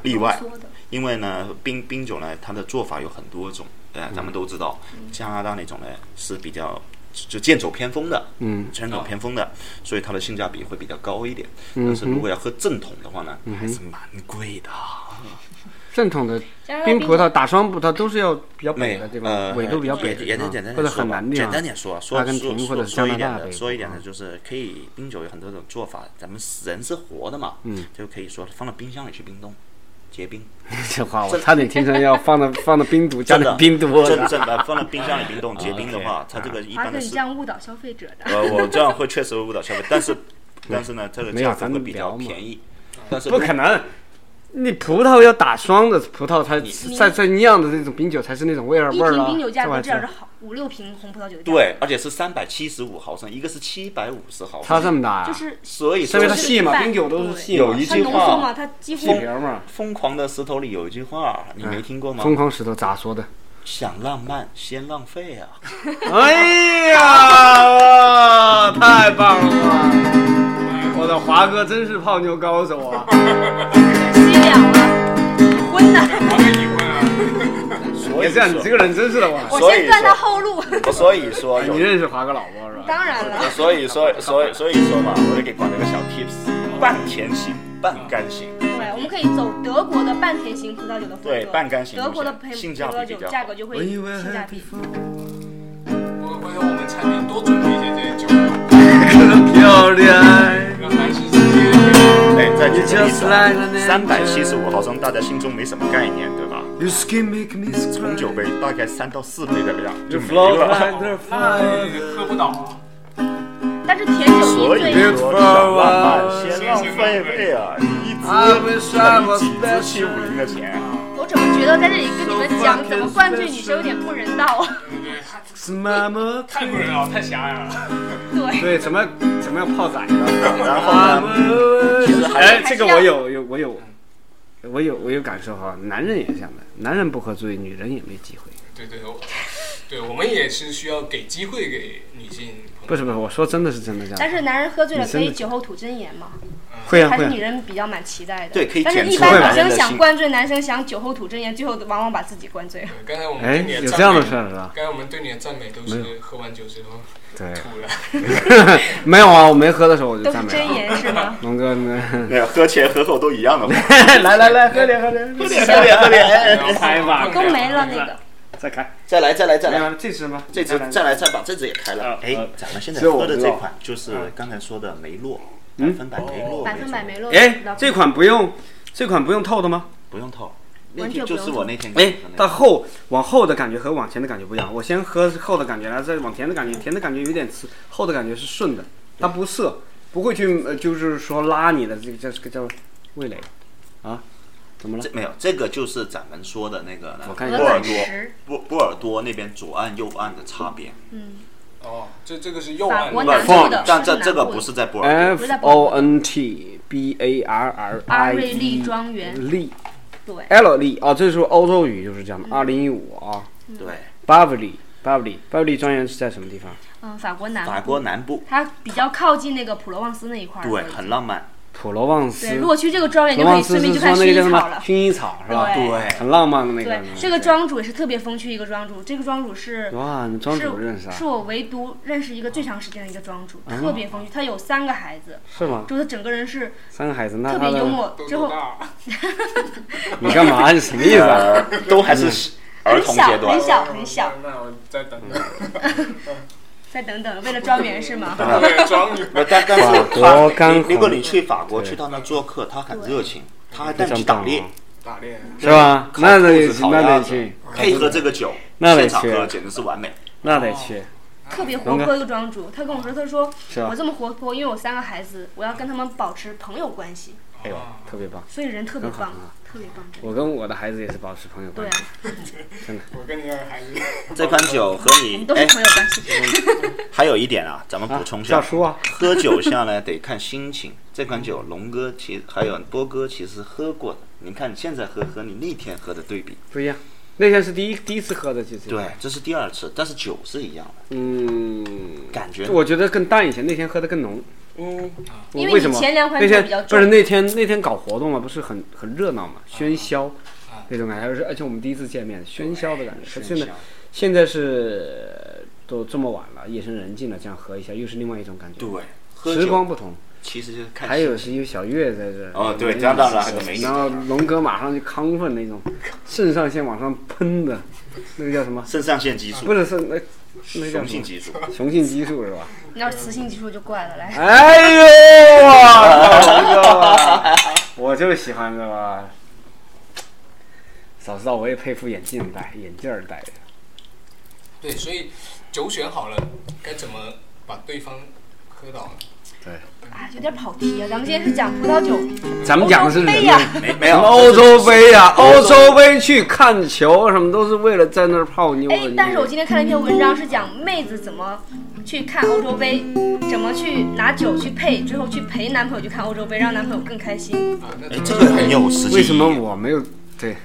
S4: 例外。
S3: 搓的，
S4: 因为呢，冰冰酒呢，它的做法有很多种，
S1: 嗯
S4: 呃，咱们都知道，加拿大那种呢是比较就剑走偏锋的，
S1: 嗯，
S4: 剑走偏锋的，所以它的性价比会比较高一点。
S1: 嗯
S4: 但是如果要喝正统的话呢，还是蛮贵的。
S1: 正统的
S3: 加拿大
S1: 冰
S3: 冰
S1: 葡
S3: 酒
S1: 萄打霜葡萄都是要比较
S4: 没
S1: 北
S4: 有
S1: 的，对吧？
S4: 呃，
S1: 纬度比较北
S4: 也也
S1: 的
S4: 能
S1: 啊
S4: 简单
S1: 或
S4: 点
S1: 者
S4: 说
S1: 很
S4: 吧
S1: 难，
S4: 简单
S1: 的
S4: 点说啊，
S1: 阿
S4: 说
S1: 根廷
S4: 说
S1: 或者
S4: 说
S1: 是加
S4: 说一
S1: 拿
S4: 点
S1: 大啊
S4: 的，
S1: 呗
S4: 说一点的就是可以冰酒有很多种做法，咱们人是活的嘛，嗯，就可以说放到冰箱里去冰冻，结冰。
S1: 这话我差点听成要放 到放到冰毒，加
S4: 真的
S1: 点冰啊毒。
S4: 真正的放到冰箱里冰 冻结冰的话，它这个一
S3: 华哥，
S4: 般的
S3: 你
S4: 是
S3: 这样误导消费者的。
S4: 呃，我这样会确实会误导消费，但是但是呢，这个
S1: 没有
S4: 价格
S1: 咱
S4: 会
S1: 们
S4: 比
S1: 聊
S4: 较
S1: 嘛
S4: 便宜。但是嗯
S1: 不可能，你葡萄要打霜的葡萄，它再再酿的那种冰酒才是那种味儿
S3: 一
S1: 味儿
S3: 瓶
S1: 啊。
S3: 冰酒价
S1: 这玩
S3: 格
S1: 意
S3: 至少是
S1: 儿
S3: 好五六瓶红葡萄酒的价格，
S4: 对，而且是三百七十五毫升，一个是七百五十毫
S1: 差这
S4: 升，
S1: 么大呀？
S3: 就是
S4: 所以
S1: 是因
S4: 说
S1: 为它
S3: 是
S1: 细
S3: 一
S1: 嘛，
S3: 半
S1: 冰酒都是细嘛，
S4: 有一
S3: 它
S4: 句
S3: 浓缩
S4: 话，
S3: 嘛，它几乎
S1: 细瓶儿嘛。
S4: 疯狂的石头里有一句话，你没听过吗？
S1: 哎疯狂石头咋 说的？
S4: 想浪漫先浪费 啊！
S1: 哎呀，太棒了！哎我的华哥真是泡妞高手 啊！
S3: 吸两了，昏的。
S2: 我的疑问啊，
S4: 所以
S1: 别这样，你这
S4: 说，
S1: 个人真是的我。
S3: 我
S4: 所以
S3: 先断
S4: 说
S3: 他后 路。
S4: 所以说
S1: 你
S4: 有，
S1: 认识华哥老婆是吧？
S3: 当然了，
S4: 所以说，所以所以说嘛，我就给管这个小 tips，半甜型，半干型。
S1: 嗯
S3: 对，我们可以走德国的半甜型葡萄酒的风格，
S4: 对半干型
S3: 德国的
S4: 路
S3: 葡
S4: 线
S3: 葡
S4: 性价比
S3: 萄
S4: 比
S3: 酒
S4: 较好
S3: 价格就会性价比。
S2: 我回头我们产品多准备一些这些酒，啊
S1: 漂亮。
S2: 让韩式直接
S4: 哎，再举个例子啊
S1: You just like an angel.，
S4: 三百七十五毫升，大家心中没什么概念，对吧？
S1: Your skin make me
S4: 红酒杯大概三到四杯的量就
S1: You
S4: 没
S1: float
S4: 了。
S1: like the
S2: 那
S1: fire.
S2: 喝不倒啊。
S3: 但是甜酒
S4: 所
S3: 一
S4: 以
S3: 醉，
S4: 说，想浪漫先浪费费啊！你一支存几支七五零的钱，
S3: 我怎么觉得在这里跟你们讲怎么灌醉女生有点不人道啊？
S2: 对对，太
S1: It's mama.
S2: 太不人道，太狭隘了。
S3: 对，
S1: 对，怎么怎么要泡仔了？
S4: 然后呢，
S1: 啊哎，这个我有有我有我有我有感受哈，男人也是这样的，男人不喝醉，女人也没机会。
S2: 对对，我对我们也是需要给机会给女性朋
S1: 不
S2: 友。
S1: 是不是，我说真的是真的这样
S3: 但
S1: 的，
S3: 是男人喝醉了
S1: 你
S3: 可
S1: 真的
S3: 以酒后吐真言嘛，
S1: 会啊
S3: 还
S1: 会
S3: 是
S1: 啊
S3: 女，人比较蛮期待的。
S4: 对可以
S3: 但是
S4: 检
S3: 一
S4: 测
S3: 般
S1: 男
S3: 女
S4: 人
S3: 生
S4: 的
S3: 想
S4: 心
S3: 灌醉男生，想酒后吐真言，最后往往把自己灌醉了。
S2: 刚才我们
S1: 哎
S2: 对你，的
S1: 有
S2: 赞
S1: 这样的
S2: 美
S1: 事儿是吧？
S2: 刚才我们对你的赞美都是喝完酒之后
S1: 对，
S2: 吐 了，
S1: 没有啊，我没喝的时候我就
S3: 都是
S1: 赞美啊
S3: 真
S1: 了。
S3: 言 是吗？
S1: 龙哥呢？
S4: 那喝前喝后都一样的嘛。
S1: 来来来，喝点喝点，喝点
S4: 喝点喝
S2: 然
S4: 点，
S2: 后
S1: 开吧
S2: 碰
S3: 都
S2: 两
S3: 没
S2: 下
S3: 了那个。
S1: 再开。
S4: 再来再来再
S1: 没
S4: 来。
S1: 有了，这支吗？
S4: 这支再来再把这支也开了
S1: 啊。
S4: 哎
S1: 啊，
S4: 咱们现在
S1: 这我
S4: 喝的
S1: 知
S4: 这
S1: 道
S4: 款就是刚才说的梅洛，百
S1: 嗯
S4: 分百梅洛为主，
S3: 百分百梅洛。
S1: 哎，这款不用，这款不用透的吗？
S4: 不用透。那
S3: 完
S4: 天
S3: 全不用
S4: 就是我那天
S1: 哎
S4: 跟你说，那
S1: 到
S4: 个
S1: 后往后的感觉和往前的感觉不一样。我先喝后的感觉，然后再往前的感觉，甜的感觉有点刺，后的感觉是顺的，它不涩，不会去呃，就是说拉你的这个叫这个叫味蕾啊？怎么了
S4: 这？没有，这个就是咱们说的那个呢
S1: 我
S4: 波
S1: 看一下
S4: 尔
S3: 鹅
S4: 多
S3: 卵石
S4: 波波尔多那边左岸右岸的差别。
S2: 哦，这这个是右
S3: 法
S2: 岸
S3: 国
S2: 的
S3: 南部的，
S4: 但
S3: 是
S4: 这
S3: 南
S4: 这个
S3: 部
S4: 不
S3: 的
S4: 是在波尔
S1: F O N T B A R R
S3: 阿
S1: I
S3: 瑞利
S1: E
S3: 庄园，
S1: 利
S3: 对
S1: L 利啊，这是欧洲语就是这样
S3: 嗯
S1: 的。二零一五啊
S4: 多，对，
S1: ，Beverly Beverly Beverly 庄园是在什么地方？
S3: 嗯，法国南部，
S4: 法国南部，
S3: 它比较靠近那个普罗旺斯那一块儿。
S4: 对，很浪漫。
S1: 普罗旺斯
S3: 对，，洛区这个庄园
S1: 普
S3: 就
S1: 罗
S3: 可
S1: 旺
S3: 以
S1: 斯
S3: 顺便
S1: 是
S3: 去
S1: 说
S3: 看薰
S1: 那个叫什
S3: 衣
S1: 么
S3: 草了。
S1: 薰衣草是吧？
S3: 对
S4: 对
S1: 很浪漫的那个
S3: 对
S1: 东西。，
S3: 这个庄主也是特别风趣一个庄主，这个庄主是
S1: 哇，你庄主认识啊？
S3: 是我唯独认识一个最长时间的一个庄主，
S1: 嗯
S3: 特别风趣。他有三个孩子，
S1: 是吗？
S3: 就他整个人是
S1: 三个孩子，那
S3: 特
S1: 他
S3: 别幽
S1: 的
S3: 默。之后
S1: 你干嘛？你什么意思 啊？
S4: 呃都还是儿
S3: 很
S4: 童
S3: 小
S4: 阶段
S3: 很。小很小，。
S2: 嗯那我再 等等。
S3: 再等等，为了庄园是吗？
S2: 对，庄 女。
S4: 不但但
S1: 法
S4: 是
S1: 国
S4: 他
S1: 干
S4: 你如果
S1: 红
S4: 你去法国
S1: 对
S4: 去到那做客，他很热情，他还带
S1: 非常
S4: 你去打
S1: 棒
S4: 猎
S1: 啊，，
S2: 打猎。
S1: 是吧？
S4: 烤
S1: 那
S4: 兔
S1: 得
S4: 子烤
S1: 那
S4: 鸭
S1: 得
S4: 子
S1: 去，
S4: 配合这个酒，
S1: 那得
S4: 现场
S1: 去
S4: 喝简直是完美。
S1: 那得去，
S3: 特别活泼一个庄主，他跟我说，他说
S1: 是啊吧
S3: 哦我？这么活泼，因为我三个孩子，我要跟他们保持朋友关系，
S1: 哎呦，
S4: 哦
S1: 特别棒！
S3: 所以人特别
S1: 很好
S3: 棒
S1: 很好，
S3: 特别棒，真的。
S1: 我跟我的孩子也是保持朋友
S3: 对
S1: 关
S3: 啊
S1: 系。，
S2: 我跟你的孩子。
S4: 这款酒和
S3: 我们
S4: 你
S3: 都是
S4: 哎，
S3: 朋友关系。
S4: 还有一点啊，咱们
S1: 啊
S4: 补充一
S1: 教
S4: 下，
S1: 书啊，
S4: 喝酒下来得看心情。这款酒，龙哥其实还有波哥其实喝过的，你看你现在喝和你那天喝的对比，
S3: 啊
S1: 不一样。那天是第一第一次喝的，就是
S4: 对，这是第二次，但是酒是一样的，
S1: 嗯，
S4: 感觉
S1: 我觉得更淡一些，那天喝的更浓。
S4: 嗯，
S1: 我
S3: 因为
S1: 为什么
S3: 你前两款
S1: 那
S3: 酒
S1: 天
S3: 比较
S1: 不是
S3: 重，
S1: 那天那天搞活动嘛，不是很很热闹嘛，喧
S4: 啊
S1: 嚣那种感觉，而且而且我们第一次见面，喧嚣的感觉。可
S4: 喧
S1: 现在
S4: 嚣
S1: 现在是呃都这么晚了，夜深人静了，这样喝一下又是另外一种感觉。
S4: 对，喝
S1: 时
S4: 酒
S1: 光不同，
S4: 其实就是看
S1: 还有是有小月在这儿。
S4: 哦对
S1: 有美女
S4: 这样当然很美女
S1: 然后龙哥马上就亢奋那种，肾上腺往上喷的，那个叫 什么？
S4: 肾上腺激素、
S1: 不是是那那叫什
S4: 雄
S1: 么
S4: 性？激素，
S1: 雄性激素是吧？
S3: 你要是雌性激素就怪了，来。
S1: 哎呦，
S4: 啊
S1: 我我就喜欢这个。早知道我也佩服眼镜戴，眼镜儿戴。
S2: 对，所以酒选好了，该怎么把对方喝倒呢？
S3: 啊，有点跑题啊！咱们今天是讲葡萄酒，
S1: 咱们讲的是人
S3: 杯
S1: 类
S3: 呀、
S4: 没没
S1: 什
S4: 有
S1: 么欧洲杯呀、欧
S4: 欧洲
S1: 洲杯去看球什么都是为了在那儿泡妞的。
S3: 哎，但是我今天看了一篇文章，是讲妹子怎么去看欧洲杯，怎么去拿酒去配，最后去陪男朋友去看欧洲杯，让男朋友更开心。
S2: 啊，那
S4: 哎，这个很有实际意义。
S1: 为什么我没有？对，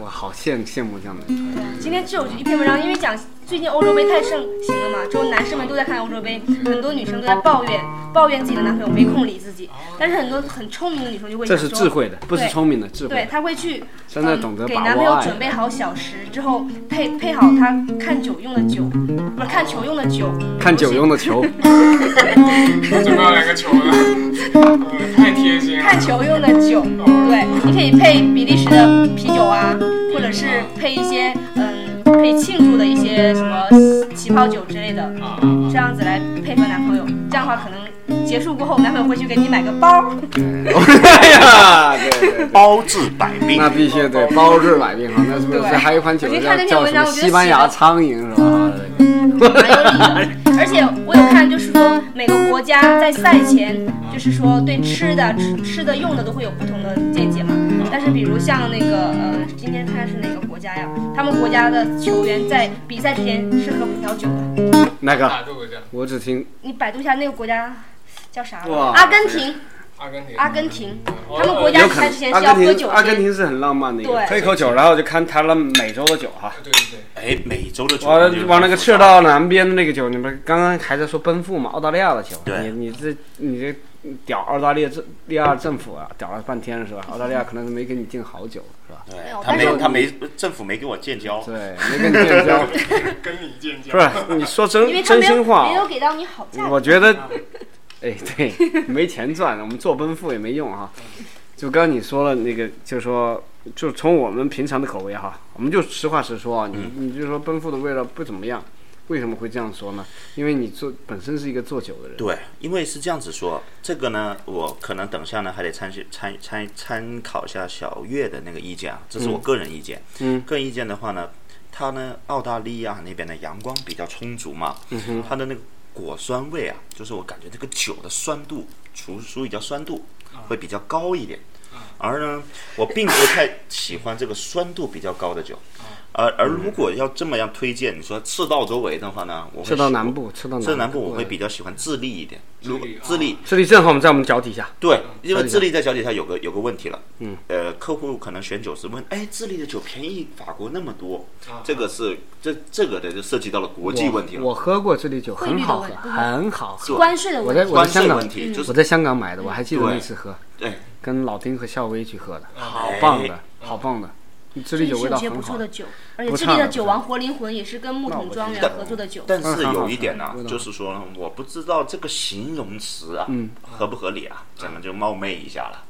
S1: 我好羡羡慕这样的人。
S3: 今天就有一篇文章，因为讲最近欧洲杯太盛行了嘛，之后男士们都在看欧洲杯，很多女生都在抱怨，抱怨自己的男朋友没空理自己，但是很多很聪明的女生就会
S1: 这
S3: 想
S1: 是
S3: 说，
S1: 智慧的，不是
S3: 对
S1: 聪明的智慧
S3: 对，
S1: 的。
S3: 她会去嗯
S1: 真的懂得
S3: 给
S1: 把
S3: 男
S1: 握
S3: 朋友
S1: 爱
S3: 准备好小食之后，配配好他看酒用的酒，不是看球用的酒，
S1: 看酒用的 球，
S2: 我准备要来个 球了，呃太贴心
S3: 看
S2: 了。
S3: 球用的酒。对，你可以配比利时的啤酒啊，或者是配一些嗯可以庆祝的一些什么起泡酒之类的，
S2: 啊啊啊！
S3: 这样子来配合男朋友。这样的话，可能结束过后，男朋友会去给你买个 包。
S1: 哎呀，对对对。
S4: 包治百病
S1: 那？必须得包治百病哈，啊那是不是
S3: 对
S1: 还有一款酒
S3: 我就
S1: 叫
S3: 看那篇
S1: 叫
S3: 文
S1: 什
S3: 章
S1: 么
S3: 我觉得嗯
S1: 西班牙苍蝇是吧？
S3: 蛮有理的。而且我有看，就是说每个国家在赛前，就是说对吃的、吃吃的、用的都会有不同的见解嘛。但是比如像那个呃，今天看是哪个国家呀？他们国家的球员在比赛之前是喝葡萄酒的。
S1: 那个
S2: 大肚子这样，
S1: 我只听
S3: 你百度一下那个国家叫啥了
S1: 哇嗯
S3: 阿根廷，
S2: 阿根廷。
S3: 阿根廷，
S2: 哦
S3: 他们国家
S1: 有
S3: 比
S1: 可
S3: 赛之前
S1: 能
S3: 是
S1: 阿
S3: 要
S1: 根
S3: 喝
S1: 廷
S3: 酒
S1: 阿根
S3: 先。
S1: 廷是很浪漫的一个，
S3: 对
S1: 喝一口酒，然后就看他们美洲的酒哈。
S2: 对对对，
S4: 哎，美洲的酒
S1: 完
S4: 就是
S1: 了，往那个
S4: 复杂
S1: 赤道南边的那个酒，你们刚刚还在说奔赴嘛，澳大利亚的酒，
S4: 对
S1: 你你这你这屌澳大利亚政利亚政府啊，屌了半天是吧？澳大利亚可能是没给你进好酒是吧？
S4: 对
S3: 没有
S4: 他
S3: 但是
S4: 没
S3: 我
S4: 他没政府没给我建交，
S1: 对，没给你建交，
S2: 跟你建交。
S1: 不是你说
S3: 因
S1: 真
S3: 为他
S1: 真
S3: 没有
S1: 心话
S3: 没，有给到你好价格，
S1: 我觉得，哎，对，没钱赚，我们做奔赴也没用啊。就刚刚你说了那个，就说，就从我们平常的口味哈，我们就实话实说啊，你
S4: 嗯
S1: 你就说奔赴的味道不怎么样，为什么会这样说呢？因为你做本身是一个做酒的人，
S4: 对，因为是这样子说，这个呢，我可能等下呢还得参去参参参考一下小月的那个意见啊，这是我个人意见。
S1: 嗯，
S4: 个人意见的话呢，它呢澳大利亚那边的阳光比较充足嘛，
S1: 嗯
S4: 它的那个果酸
S1: 啊
S4: 味啊，就是我感觉这个酒的酸度，除属于叫酸度会比较高一点。而呢，我并不太喜欢这个酸度比较高的酒。
S1: 啊
S4: 而而如果要这么样推荐，你说赤道周围的话呢，我会
S1: 赤道
S4: 喜
S1: 南部，赤道
S4: 赤道南部
S1: 部
S4: 我会比较喜欢智利一点。如果
S2: 智
S4: 智
S2: 利
S4: 利
S1: 智利正好我们在我们脚底下，
S4: 对，因为
S1: 底下
S4: 智利在脚底下有个有个问题了，
S1: 嗯，
S4: 呃，客户可能选酒时问，哎，智利的酒便宜法国那么多，
S2: 啊
S4: 这个是这这个的就涉及到了国际问题
S1: 我
S4: 了，
S1: 喝过智利酒，
S3: 汇率
S1: 很
S3: 的
S1: 好
S3: 问
S1: 喝，
S3: 题
S1: 很好喝。
S3: 关税的
S1: 嗯我
S3: 问
S1: 在
S3: 题，
S1: 我
S4: 关
S1: 在香
S4: 税
S1: 港
S4: 问，题就是
S1: 我在香港买的，我还记得
S4: 对
S1: 那次喝，
S4: 对，
S1: 跟老丁和校威去喝的，好
S4: 哎
S1: 棒的，好棒的，智
S3: 这
S1: 利
S3: 是
S1: 酒味
S3: 有
S1: 道
S3: 些不
S1: 很好
S3: 错的。酒，而且
S1: 不
S3: 智
S1: 差
S3: 利的
S1: 了
S3: 酒
S1: 不
S3: 王活灵魂也是跟木
S1: 那我
S3: 桶
S1: 知
S3: 庄园
S1: 道
S3: 合作的酒。
S4: 但
S1: 嗯
S4: 是
S1: 好
S4: 有
S1: 好
S4: 一点呢、
S1: 好味道
S4: 就是说呢，我不知道这个形容词啊，
S1: 嗯
S4: 合不合理啊，咱们就冒昧一下了，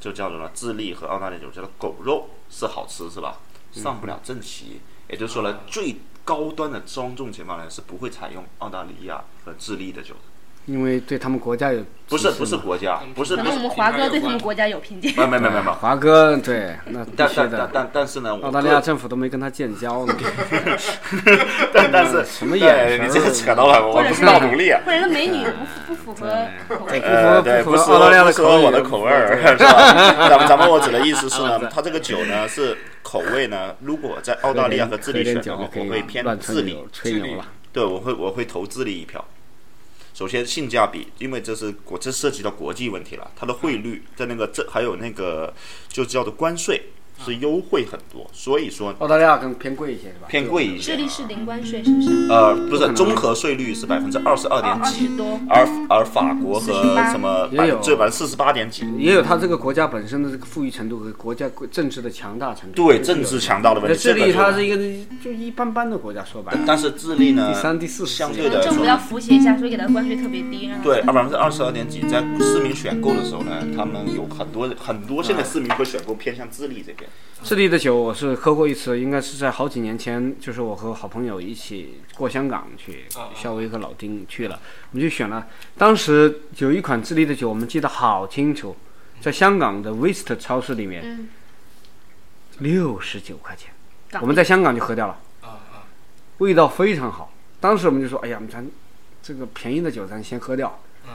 S4: 就叫做呢，智利和澳大利亚酒叫做狗肉是好吃是吧？
S1: 嗯
S4: 上不了正席，也就是说
S1: 啊
S4: 呢，最高端的庄重情况呢是不会采用澳大利亚和智利的酒的，
S1: 因为对他们国家有
S4: 不是
S1: 歧视
S4: 不是
S1: 嘛
S4: 国家，不是
S3: 可
S4: 不
S3: 能
S4: 是
S3: 我，们
S2: 品
S3: 华
S2: 牌
S3: 哥
S2: 有
S3: 对他们
S2: 关
S3: 国家有偏见。
S4: 没有没有没有没 有，
S1: 华哥对，那必
S4: 但
S1: 须
S4: 但但
S1: 的。
S4: 但但是呢，我
S1: 澳大利亚
S4: 个
S1: 政府都没跟他建交呢，
S4: 但但是
S1: 什么
S4: 对
S1: 眼神儿啊
S4: 你这个扯到了，我
S3: 或者
S4: 不
S3: 是
S4: 是道努力啊。
S3: 或者那美女不不符合口味。
S4: 呃，对，
S1: 不
S4: 不
S1: 符
S4: 是
S1: 合澳大利亚的
S4: 不符合
S1: 口味
S4: 我的口味儿， 是吧？咱们咱们我指的意思是呢，它这个酒呢是口味呢，如果在澳大利亚和智利选的话，我会偏
S1: 乱吹
S4: 智利
S1: 牛，，吹牛了。
S4: 对，我会我会投智利一票。首先性价比，因为这是国这涉及到国际问题了，它的汇率在那个这还有那个就叫做关税是优惠很多，所以说
S1: 澳大利亚更偏贵一些是吧？
S4: 偏贵一
S3: 智
S4: 些。
S3: 利是零关税，是不是？
S1: 嗯
S4: 呃，不是综合税率是百分之二十二
S3: 二
S4: 点
S3: 二
S4: 几
S3: 十，多。
S4: 而而法国和
S3: 48
S4: 什么
S1: 也有
S4: 最百分之四十八点几，
S1: 也有它这个国家本身的这个富裕程度和国家政治的强大程度。
S4: 对政治强盗的问
S1: 那
S4: 题。
S1: 智利
S4: 这个
S1: 它
S4: 就是
S1: 一个就一般般的国家，说白了，
S4: 但是智利呢，
S1: 第三第四
S4: 相
S1: 世界
S4: 对的
S3: 政府
S4: 说
S3: 要扶持一下，所以给他关税特别低，让他
S4: 对，二百分之二十二点几，在市民选购的时候呢，他们有很多很多
S1: 啊
S4: 现在市民会选购偏向智利这边。
S1: 智利的酒我是喝过一次，应该是在好几年前，就是我和好朋友一起过香港去
S2: 啊，
S1: 夏威夷和老丁去了，我们就选了。当时有一款智利的酒，我们记得好清楚，在香港的 West 超市里面，
S3: 嗯，
S1: 六十九块钱，
S3: 港
S1: 我们在香港就喝掉了，
S2: 啊啊，
S1: 味道非常好。当时我们就说，哎呀，咱这个便宜的酒咱先喝掉
S2: 嗯。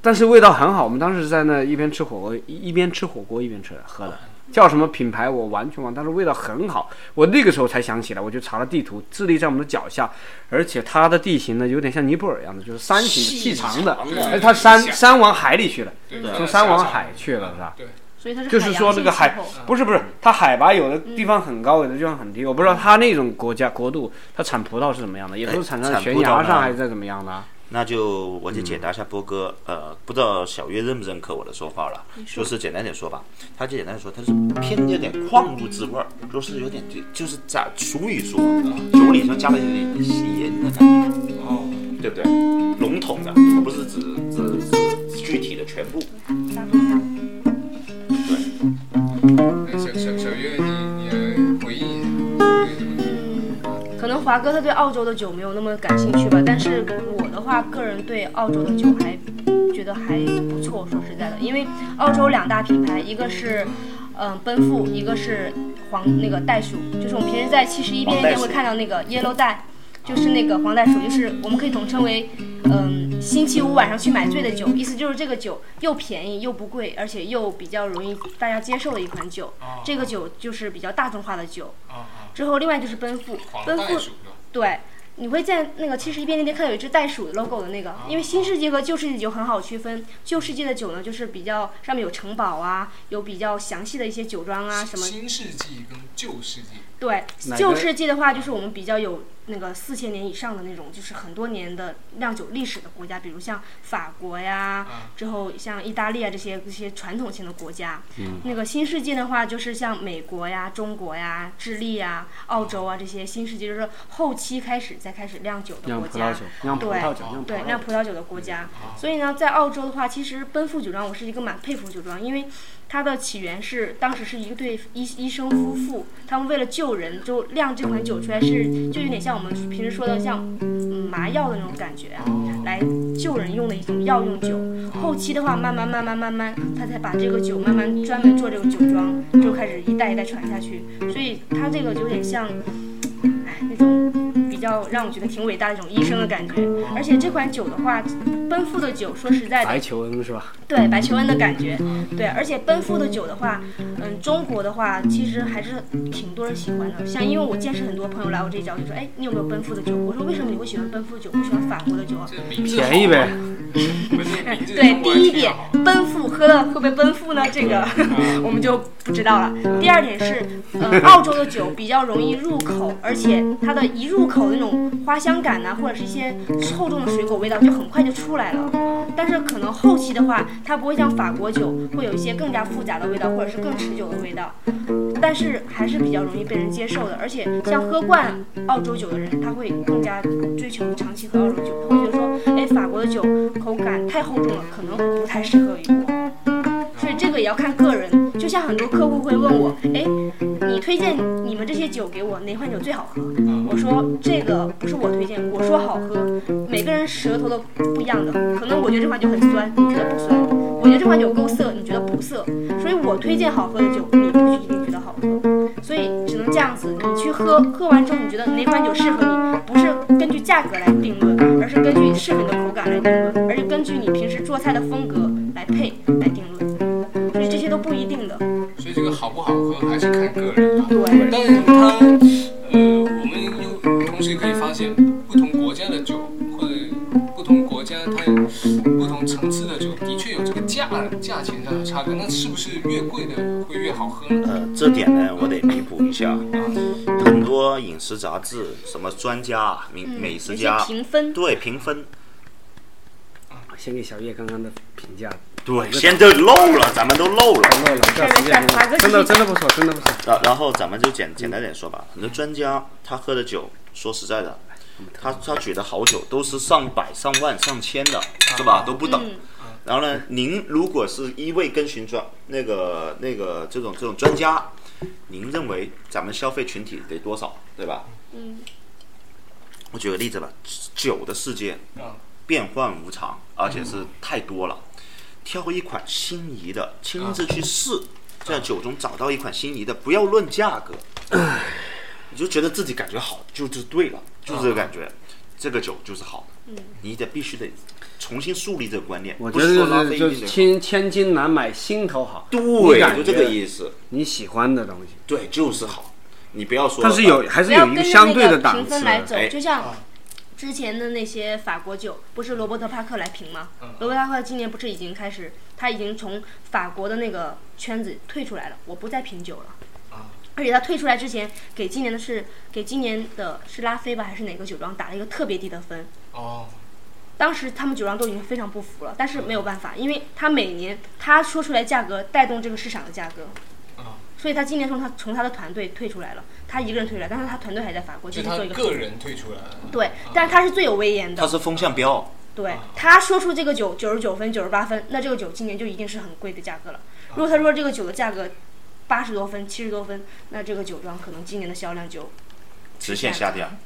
S1: 但是味道很好，我们当时在那一边吃火锅，一一边吃火锅一边吃的喝的，叫什么品牌我完全忘，但是味道很好。我那个时候才想起来，我就查了地图，智利在我们的脚下，而且它的地形呢有点像尼泊尔一样的，就是山形的细长的，
S4: 长
S1: 而且
S4: 的
S1: 它山山往海里去了，
S2: 对啊
S4: 嗯
S1: 从山往海去了是吧？
S3: 所以他是
S1: 就是说
S3: 海洋
S1: 那个
S3: 性气
S1: 海
S3: 候
S4: 嗯
S3: 嗯
S1: 不是不是，它海拔有的地方很高，有的地方很低。我不知道它那种国家国度，它产葡萄是怎么样的，也都是产在
S4: 哎产
S1: 悬
S4: 葡萄
S1: 崖
S4: 呢
S1: 上还是在怎么样的啊？
S4: 那就我就
S1: 嗯
S4: 解答一下波哥，呃，不知道小月认不认可我的说法了，就是简单点说吧，他就简单地说，他是偏有点矿物质味儿，就是有点就就是在俗语说，
S3: 嗯
S4: 啊酒里头加了一点盐的感觉。
S2: 哦，
S4: 对不对？笼统的，而不是指指指具体的全部。对，
S2: 哎小小小月，你你来回忆一下，你怎么
S3: 可能华哥他对澳洲的酒没有那么感兴趣吧，但是我的话，个人对澳洲的酒还觉得还不错。说实在的，因为澳洲两大品牌，一个是嗯、呃奔富，一个是黄那个袋鼠，就是我们平时在七十一便利
S4: 黄袋
S3: 店
S4: 鼠
S3: 会看到那个 yellow 袋，就是那个黄袋鼠，就是我们可以统称为嗯、星期五晚上去买醉的酒，意思就是这个酒又便宜又不贵，而且又比较容易大家接受的一款酒。这个酒就是比较大众化的酒。
S2: 啊啊，
S3: 之后，另外就是奔富，
S2: 黄
S3: 奔
S2: 袋
S3: 富
S2: 鼠的
S3: 对，你会见那个七十一便利店看有一只袋鼠的 logo 的那个，因为新世纪和旧世纪酒很好区分。旧世纪的酒呢，就是比较上面有城堡啊，有比较详细的一些酒庄啊什么。
S2: 新世纪跟旧世纪，
S3: 对
S1: 哪，
S3: 旧
S1: 个
S3: 世纪的话，就是我们比较有那个四千年以上的那种，就是很多年的酿酒历史的国家，比如像法国呀，之后像意大利啊这些这些传统性的国家。
S1: 嗯
S3: 那个新世纪的话，就是像美国呀、中国呀、智利呀、澳洲啊这些新世纪，就是后期开始再开始酿酒的
S1: 酿
S3: 国
S1: 葡
S3: 家。
S1: 萄酒，酿葡萄酒，酿葡
S3: 对
S1: 萄，
S3: 酿
S1: 酒。
S3: 葡萄酒的国家。
S1: 嗯
S3: 所以呢，在澳洲的话，其实奔富酒庄我是一个蛮佩服酒庄，因为它的起源是当时是一对医医生夫妇，他们为了救人就酿这款酒出来是，就有点像我们平时说的像嗯麻药的那种感觉啊，
S1: 哦
S3: 来救人用的一种药用酒。后期的话，慢慢慢慢慢慢，他才把这个酒慢慢专门做这个酒庄，就开始一代一代传下去。所以它这个有点像，哎，那种比较让我觉得挺伟大的一种医生的感觉。而且这款酒的话，奔赴的酒，说实在的，
S1: 白求恩是吧？
S3: 对白求恩的感觉，对，而且奔赴的酒的话，嗯，中国的话其实还是挺多人喜欢的。像因为我见识很多朋友来我这里找我就说，哎，你有没有奔赴的酒？我说为什么你会喜欢奔赴酒，不喜欢法国的酒啊？
S2: 这名字
S1: 便宜呗，
S3: 嗯
S2: 不是名字
S3: 对，
S2: 中文
S3: 第一
S2: 挺
S3: 点
S2: 好，嗯
S3: 奔赴喝了会不会奔赴呢？这个 我们就不知道了。第二点是，呃，澳洲的酒比较容易入口，而且它的一入口那种花香感呐、或者是一些厚重的水果味道就很快就出来了。但是可能后期的话，它不会像法国酒会有一些更加复杂的味道，或者是更持久的味道，但是还是比较容易被人接受的。而且像喝惯澳洲酒的人，他会更加追求长期喝澳洲酒，他会觉得说，哎，法国的酒口感太厚重了，可能不太适合于我。所以这个也要看个人，就像很多客户会问我，哎，你推荐你们这些酒给我，哪款酒最好喝？我说这个不是我推荐，我说好喝，每个人舌头都不一样的，可能我觉得这款酒很酸，你觉得不酸；我觉得这款酒够涩，你觉得不涩。所以我推荐好喝的酒，你不一定觉得好喝。所以只能这样子，你去喝，喝完之后你觉得哪款酒适合你，不是根据价格来定论，而是根据适合你的口感来定论，而是根据你平时做菜的风格来配来定论。所以这些都不一定的，
S2: 所以这个好不好喝还是看个人吧。
S3: 对
S2: 但是它，呃，我们又同时可以发现，不同国家的酒或者不同国家它有不同层次的酒，的确有这个价价钱上的差别。那是不是越贵的会越好喝呢？
S4: 呃，这点呢，我得弥补一下。啊很多饮食杂志，什么专家、啊美
S3: 嗯，
S4: 美食
S3: 有些
S4: 家，
S3: 评分，
S4: 对评分，
S1: 先给小叶刚刚的评价，
S3: 嗯
S4: 对，先都漏了，咱们都漏了。
S1: 真的老掉时间了，真的真的不错，真的不错。
S4: 然然后咱们就简简单点说吧，很多专家他喝的酒，说实在的，他他举的好酒都是上百、上万、上千的，是吧？都不等。
S3: 嗯，
S4: 然后呢，您如果是一味跟循专那个那个这种这种专家，您认为咱们消费群体得多少，对吧？
S3: 嗯。
S4: 我举个例子吧，酒的世界
S2: 啊，
S4: 变幻无常，而且是太多了。挑一款心仪的，亲自去试，
S1: 嗯
S4: 在酒中找到一款心仪的，不要论价格，你就觉得自己感觉好，就是对了，就是这个感觉，
S1: 嗯
S4: 这个酒就是好的。你得必须得重新树立这个观念，
S1: 我觉
S4: 不是说
S1: 得
S4: 浪
S1: 就是
S4: 费
S1: 就
S4: 一
S1: 是
S4: 定得
S1: 千千金难买心头好，你感觉
S4: 对，就这个意思，
S1: 你喜欢的东西，
S4: 对，就是好。你不要说，
S1: 但是有还是
S3: 不
S1: 有
S3: 要跟
S1: 一
S3: 着
S1: 相对
S3: 那
S1: 的
S3: 个
S1: 档
S3: 评分
S1: 次。
S3: 来走
S4: 哎，
S3: 就像之前的那些法国酒，不是罗伯特·帕克来评吗？罗伯特·帕克今年不是已经开始，他已经从法国的那个圈子退出来了，我不再品酒了。而且他退出来之前，给今年的是给今年的是拉菲吧还是哪个酒庄打了一个特别低的分，
S2: 哦，
S3: 当时他们酒庄都已经非常不服了，但是没有办
S2: 嗯
S3: 法，因为他每年他说出来价格带动这个市场的价格
S2: 啊，
S3: 所以他今年从他从他的团队退出来了，他一个人退出来，但是他团队还在法国
S2: 就
S3: 继续
S2: 他
S3: 做一
S2: 个
S3: 个。
S2: 人啊退出来了。
S3: 对，但是他是最有威严
S4: 它
S3: 的。
S4: 是风向标，
S3: 对，
S2: 啊
S3: 他说出这个酒九十九分、九十八分，那这个酒今年就一定是很贵的价格了。
S2: 啊
S3: 如果他说这个酒的价格八十多分、七十多分，那这个酒庄可能今年的销量就
S4: 直线下降。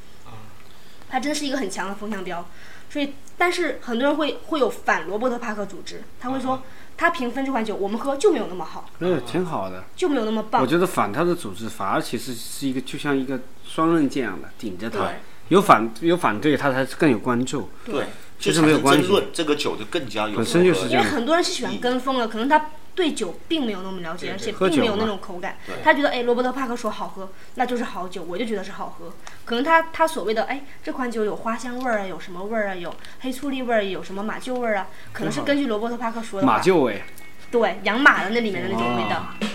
S3: 它真的是一个很强的风向标。所以，但是很多人会会有反罗伯特·帕克组织，他会说他评分这款酒我们喝就没有那么好，
S1: 嗯，挺好的。
S3: 就没有那么
S1: 我
S3: 棒。
S1: 觉得反他的组织反而其实是一个就像一个双刃剑一样的，顶着他
S3: 对，
S1: 有反有反对他才更有关注。
S4: 对，
S1: 其
S4: 就
S1: 实没有
S4: 产生
S1: 关系
S4: 争论，这个酒就更加有
S1: 本身就是
S4: 可
S1: 这
S3: 因为
S1: 样嗯
S3: 很多人是喜欢跟风的，可能他对酒并没有那么了解，而且
S1: 喝
S3: 并没
S1: 酒
S3: 有那
S1: 嘛
S3: 种口感
S4: 对。
S3: 他觉得哎，罗伯特·帕克说好喝，那就是好酒，我就觉得是好喝。可能他他所谓的哎，这款酒有花香味儿啊，有什么味儿啊，有黑醋栗味儿，有什么马厩味儿啊，可能是根据罗伯特·帕克说的话
S1: 马厩尾，
S3: 对，养马的那里面的那种味道，
S4: 哦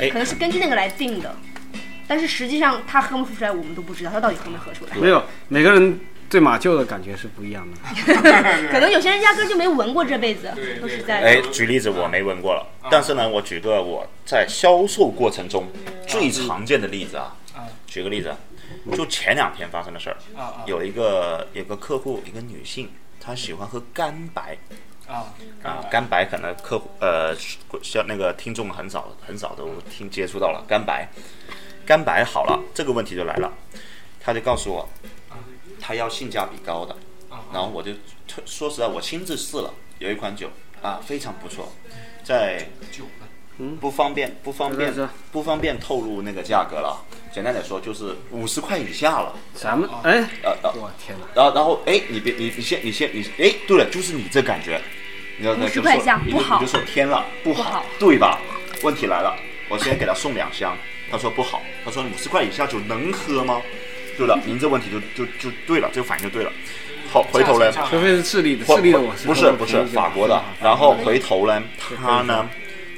S4: 哎
S3: 可能是根据那个来定的，但是实际上他喝没喝出来，我们都不知道他到底喝没喝出来。
S1: 没有每个人对马厩的感觉是不一样的。
S3: 可能有些人压根就没闻过这辈子
S2: 对，
S3: 说实
S2: 对
S3: 在的。
S4: 哎，举例子我没闻过了，但是呢，我举个我在销售过程中最常见的例子啊
S2: 啊，
S4: 举个例子，就前两天发生的事儿，
S2: 啊
S4: 有一个有个客户，一个女性，她喜欢喝干白
S2: 啊啊！
S4: 啊，干白可能客户呃像那个听众很少很少都听接触到了干白，干白好了，这个问题就来了，她就告诉我，她要性价比高的，然后我就啊说实在我亲自试了，有一款酒啊非常不错，在
S2: 酒呢？
S4: 不方便，不方
S1: 嗯
S4: 便
S1: 是是是，
S4: 不方便透露那个价格了。简单点说，就是五十块以下了。
S1: 咱们哎，
S4: 呃呃，
S1: 我天哪！
S4: 然后然后哎，你别你你先你先你哎，对了，就是你这感觉，你要
S3: 50块钱不好
S4: 你就说天了，不
S3: 不
S4: 好，
S3: 好
S4: 对吧？问题来了，我先给他送两箱，他说不好，他说五十块以下酒能喝吗？对了，您这问题就就就对了，这个反应就对了。好，回头呢
S2: 价钱，上
S1: 除非是智利的，
S4: 不
S1: 智利的我
S4: 不
S1: 是
S4: 是不是法国的，然后
S1: 嗯
S4: 回头呢，他呢，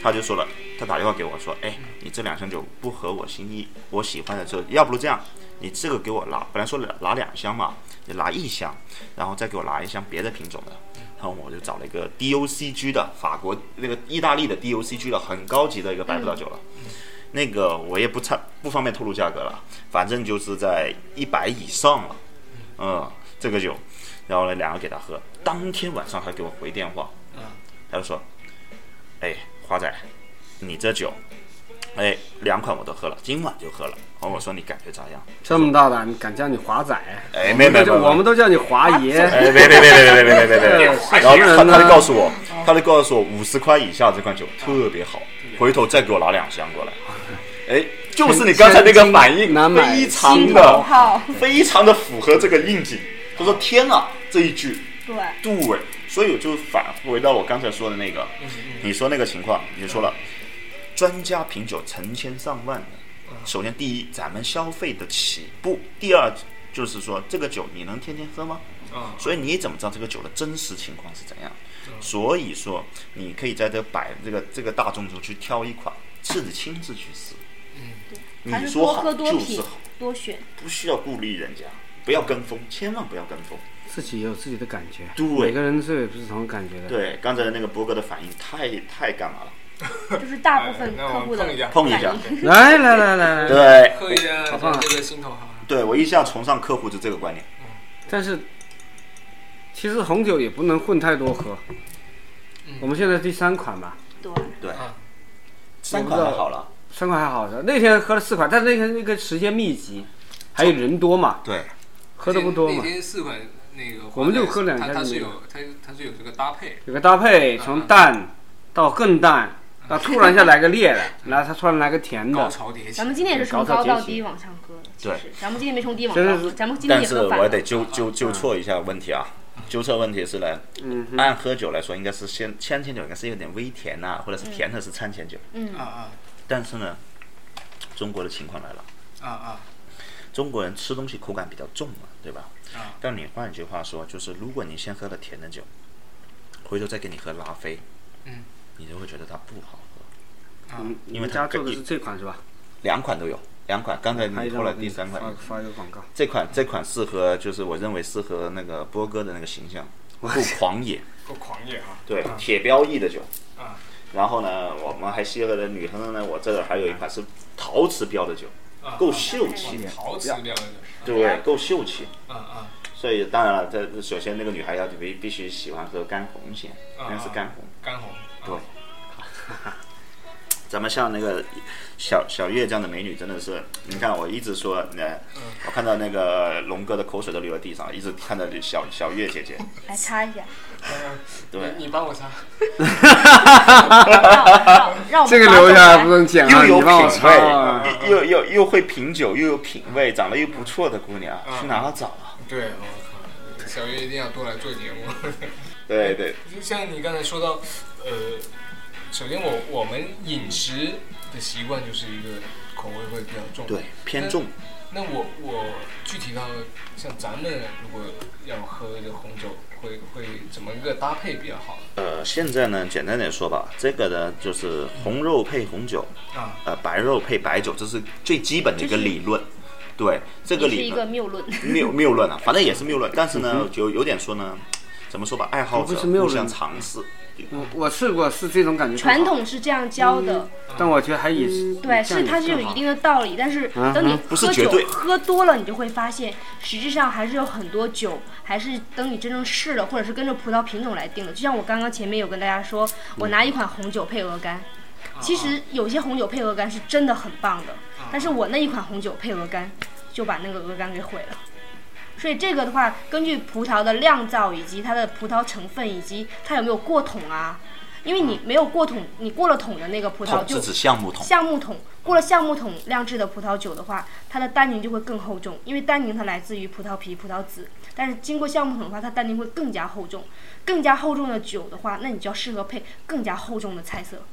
S4: 他就说了，他打电话给我说，哎，你这两箱酒不合我心意，我喜欢的这，要不如这样，你这个给我拿，本来说拿两箱嘛，你拿一箱，然后再给我拿一箱别的品种的。然后我就找了一个 DOCG 的法国那个意大利的 DOCG 的很高级的一个白葡萄酒了，
S1: 嗯
S4: 那个我也不差不方便透露价格了，反正就是在一百以上了，嗯，这个酒，然后呢，两个给他喝。当天晚上他给我回电话，
S2: 嗯
S4: 他就说：“哎，花仔，你这酒，哎，两款我都喝了，今晚就喝了。”然后我说：“你感觉咋样
S1: 这么大胆，敢叫你华仔？
S4: 哎没没没没
S1: 我们都叫你华爷？”。
S4: 哎，别别别别别别别别别！然后他他就告诉我，他就告诉我五十块以下这款酒特别好，回头再给我拿两箱过来。哎，就是你刚才那个反应，非常
S3: 心头
S4: 的
S3: 好，
S4: 非常的符合这个应景。他说：“天啊，这一句
S3: 对，
S4: 对，所以我就返回到我刚才说的那个，你说那个情况，你说了，专家品酒成千上万的。首先，第一，咱们消费的起步；第二，就是说这个酒你能天天喝吗？
S2: 啊，
S4: 所以你怎么知道这个酒的真实情况是怎样？所以说，你可以在这百这个这个大众中去挑一款，自己亲自去试。
S3: 还
S4: 嗯你
S3: 是
S4: 说
S3: 多
S4: 好
S3: 喝多
S4: 就是
S3: 品
S4: 好，
S3: 多选。
S4: 不需要顾虑人家，不要跟风，千万不要跟风。
S1: 自己有自己的感觉，
S4: 对
S1: 每个人是有不同的感觉的。
S4: 对，刚才那个博哥的反应太太干嘛了？
S3: 就是大部分客户的
S2: 哎那我们碰一下
S4: 碰一下
S3: 反应
S1: 来来来来来，
S4: 对，
S2: 喝一下
S1: 好棒啊
S2: 这个心头好。
S4: 对我一向崇尚客户是这个观念，
S1: 但是其实红酒也不能混太多喝。
S4: 嗯
S1: 我们现在第三款吧，
S3: 对，
S4: 对，
S2: 啊
S4: 三款还好了，
S1: 三款还好着，那天喝了四款，但是那天那个时间密集，还有人多嘛，
S4: 对，
S1: 喝的不多
S2: 那
S1: 嘛。
S2: 天四款那个，
S1: 我们就喝两
S2: 它
S1: 家
S2: 它
S1: 就是没
S2: 有它它是有这个搭配，
S1: 有个搭配，从
S4: 啊
S1: 淡到更淡，然后突然一下来个 烈的，然后它突然来个甜
S2: 高
S1: 的，
S2: 潮迭起
S3: 咱。们今天也是从
S1: 高
S3: 高
S1: 到
S3: 到
S1: 低
S3: 低往上喝的，其
S4: 对
S3: 实咱们今天没从低往
S1: 真是
S3: 高，咱们今天
S4: 但
S3: 也
S4: 是
S3: 喝反
S4: 我
S3: 了。
S4: 得纠纠纠错一下问题啊，纠错问题是呢，
S1: 嗯哼，
S4: 按喝酒来说，应该是先餐前酒应该是有点微甜呐、或者是甜的是餐前酒，
S3: 嗯
S2: 啊，啊
S4: 但是呢，中国的情况来了，
S2: 啊啊
S4: 中国人吃东西口感比较重嘛，对吧？
S2: 啊！
S4: 但你换一句话说，就是如果你先喝了甜的酒，回头再给你喝拉菲，
S2: 嗯，
S4: 你就会觉得它不好喝。
S1: 嗯，你
S4: 因为
S1: 们
S4: 它
S1: 家做的
S4: 可以
S1: 是这款是吧？
S4: 两款都有，两款，刚才你
S1: 一嗯
S4: 后来第三款
S1: 发发一个广告，
S4: 这款这款适合，就是我认为适合那个波哥的那个形象，不狂野，
S2: 够狂野啊！
S4: 对，铁标意的酒。
S2: 啊
S4: 然后呢，我们还适合的女生呢，我这儿还有一款是陶瓷标的酒，
S2: 啊，
S4: 够秀气，
S2: 陶瓷料的，
S4: 对，够秀气。
S2: 啊啊
S4: 所以当然了，这首先那个女孩要必必须喜欢喝干红先，
S2: 啊
S4: 那是干红。
S2: 干红，
S4: 对，咱们像那个小小月这样的美女，真的是，你看我一直说，呃，我看到那个龙哥的口水都流到地上，一直看到小小月姐姐，
S3: 来擦一 下，
S4: 对，
S2: 啊你帮我擦，
S3: 让让我们
S1: 这个
S3: 马
S1: 留
S3: 总
S1: 下来
S3: 来
S1: 不能剪
S4: 又
S1: 啊，
S4: 有
S1: 你帮我
S4: 品
S1: 擦啊。
S4: 味，又又又会品酒，又有品味，长得又不错的姑娘，去哪儿找啊？
S2: 对，我靠，小月一定要多来做节目。
S4: 对对，
S2: 就像你刚才说到，呃，首先我我们饮食的习惯就是一个口味会比较重，
S4: 对，偏重，
S2: 那我我具体到像咱们如果要喝这个红酒，会会怎么个搭配比较好
S4: 呃，现在呢，简单点说吧，这个呢就是红肉配红酒，
S2: 啊？
S4: 呃，白肉配白酒，这是最基本的一个理论。对，这个
S3: 这是
S4: 理
S3: 一
S4: 论
S3: 个谬论，
S4: 谬谬论啊，反正也是谬论，但是呢，有有点说呢，怎么说吧，爱好
S1: 不
S4: 者
S1: 是谬
S4: 互
S1: 论
S4: 相尝试，
S1: 我我试过是这种感觉，
S3: 传，统是这样教的，
S1: 但我觉得还也是
S3: 对，
S1: 这样
S3: 是它是有
S1: 更好
S3: 一定的道理，但是
S1: 嗯
S3: 等你
S1: 嗯
S4: 不是
S3: 喝
S4: 绝
S3: 酒
S4: 对
S3: 喝多了，你就会发现，实质上还是有很多酒，还是等你真正试了，或者是跟着葡萄品种来定的。就像我刚刚前面有跟大家说，我拿一款红酒配鹅肝，其实有些红酒配鹅肝是真的很棒的，但是我那一款红酒配鹅肝，就把那个鹅肝给毁了。所以这个的话，根据葡萄的酿造以及它的葡萄成分以及它有没有过桶啊，因为
S1: 嗯
S3: 你没有过桶，你过了桶的那个葡萄
S4: 桶
S3: 就是
S4: 指橡木桶，
S3: 橡木桶，过了橡木桶酿制的葡萄酒的话，它的单宁就会更厚重，因为单宁它来自于葡萄皮、葡萄籽，但是经过橡木桶的话，它单宁会更加厚重，更加厚重的酒的话，那你就要适合配更加厚重的菜色。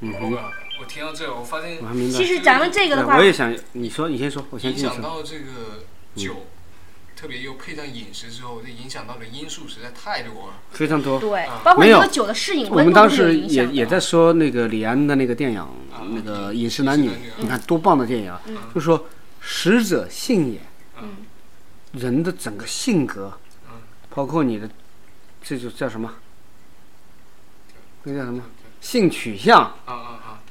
S1: 嗯
S2: 我
S1: 哼，
S2: 我听到这，我发现
S1: 我还明白
S3: 其。实咱们这个的
S1: 对
S3: 话
S1: 我，也想，你说，你先说，我先
S2: 影
S1: 听你嗯
S2: 响
S1: 说。
S2: 到这个酒，特别又配上饮食之后，这影响到的因素实在太多了。
S1: 非常多。
S3: 对
S2: 啊，
S3: 包括
S1: 没
S3: 你
S1: 有
S3: 这个酒的适应
S1: 我们
S3: 温度都
S1: 当
S3: 是
S1: 时
S3: 有影
S1: 也
S3: 响
S1: 也
S3: 的。
S1: 在说那个李安的那个电影，
S2: 啊
S1: 那个《
S2: 饮
S1: 饮
S2: 食
S1: 食
S2: 男
S1: 男
S2: 女
S1: 女》，你看多棒的电影啊！
S3: 嗯
S1: 就说食者性也，
S3: 嗯
S1: 人的整个性格
S2: 嗯，
S1: 包括你的，这就叫什么？那叫什么？性取向
S2: 啊啊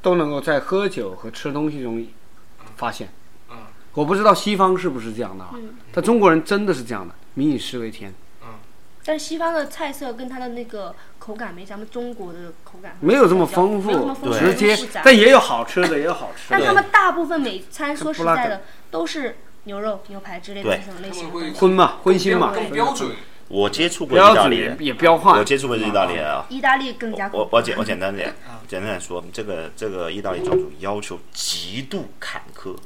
S1: 都能够在喝酒和吃东西中发现。
S2: 啊啊！
S1: 我不知道西方是不是这样的啊，
S3: 嗯，
S1: 但中国人真的是这样的，民以食为天。
S3: 但是西方的菜色跟它的那个口感没咱们中国的口感
S1: 没有这么
S3: 比较
S1: 丰
S3: 没有这么
S1: 富，
S3: 丰富
S1: 直接
S3: 没有这么复杂，
S1: 但也有好吃的，也有好吃
S3: 但
S1: 的
S3: 他们大部分每餐说实
S1: 布拉格
S3: 在的都是牛肉、牛排之类的
S4: 对
S3: 这种类
S2: 他
S3: 型
S2: 们
S3: 的
S2: 会
S3: 东西。
S1: 荤嘛，荤腥嘛，
S2: 更标准，
S4: 我接触过意
S1: 标
S4: 大
S1: 准
S4: 利
S1: 也
S4: 人，
S1: 也标
S4: 我
S1: 换。
S4: 接触过意大利人啊。
S3: 意大利更加
S4: 我
S3: 恐怖
S4: 我简我简 单点，简单点说，这个这个意大利庄主要求极度坎坷，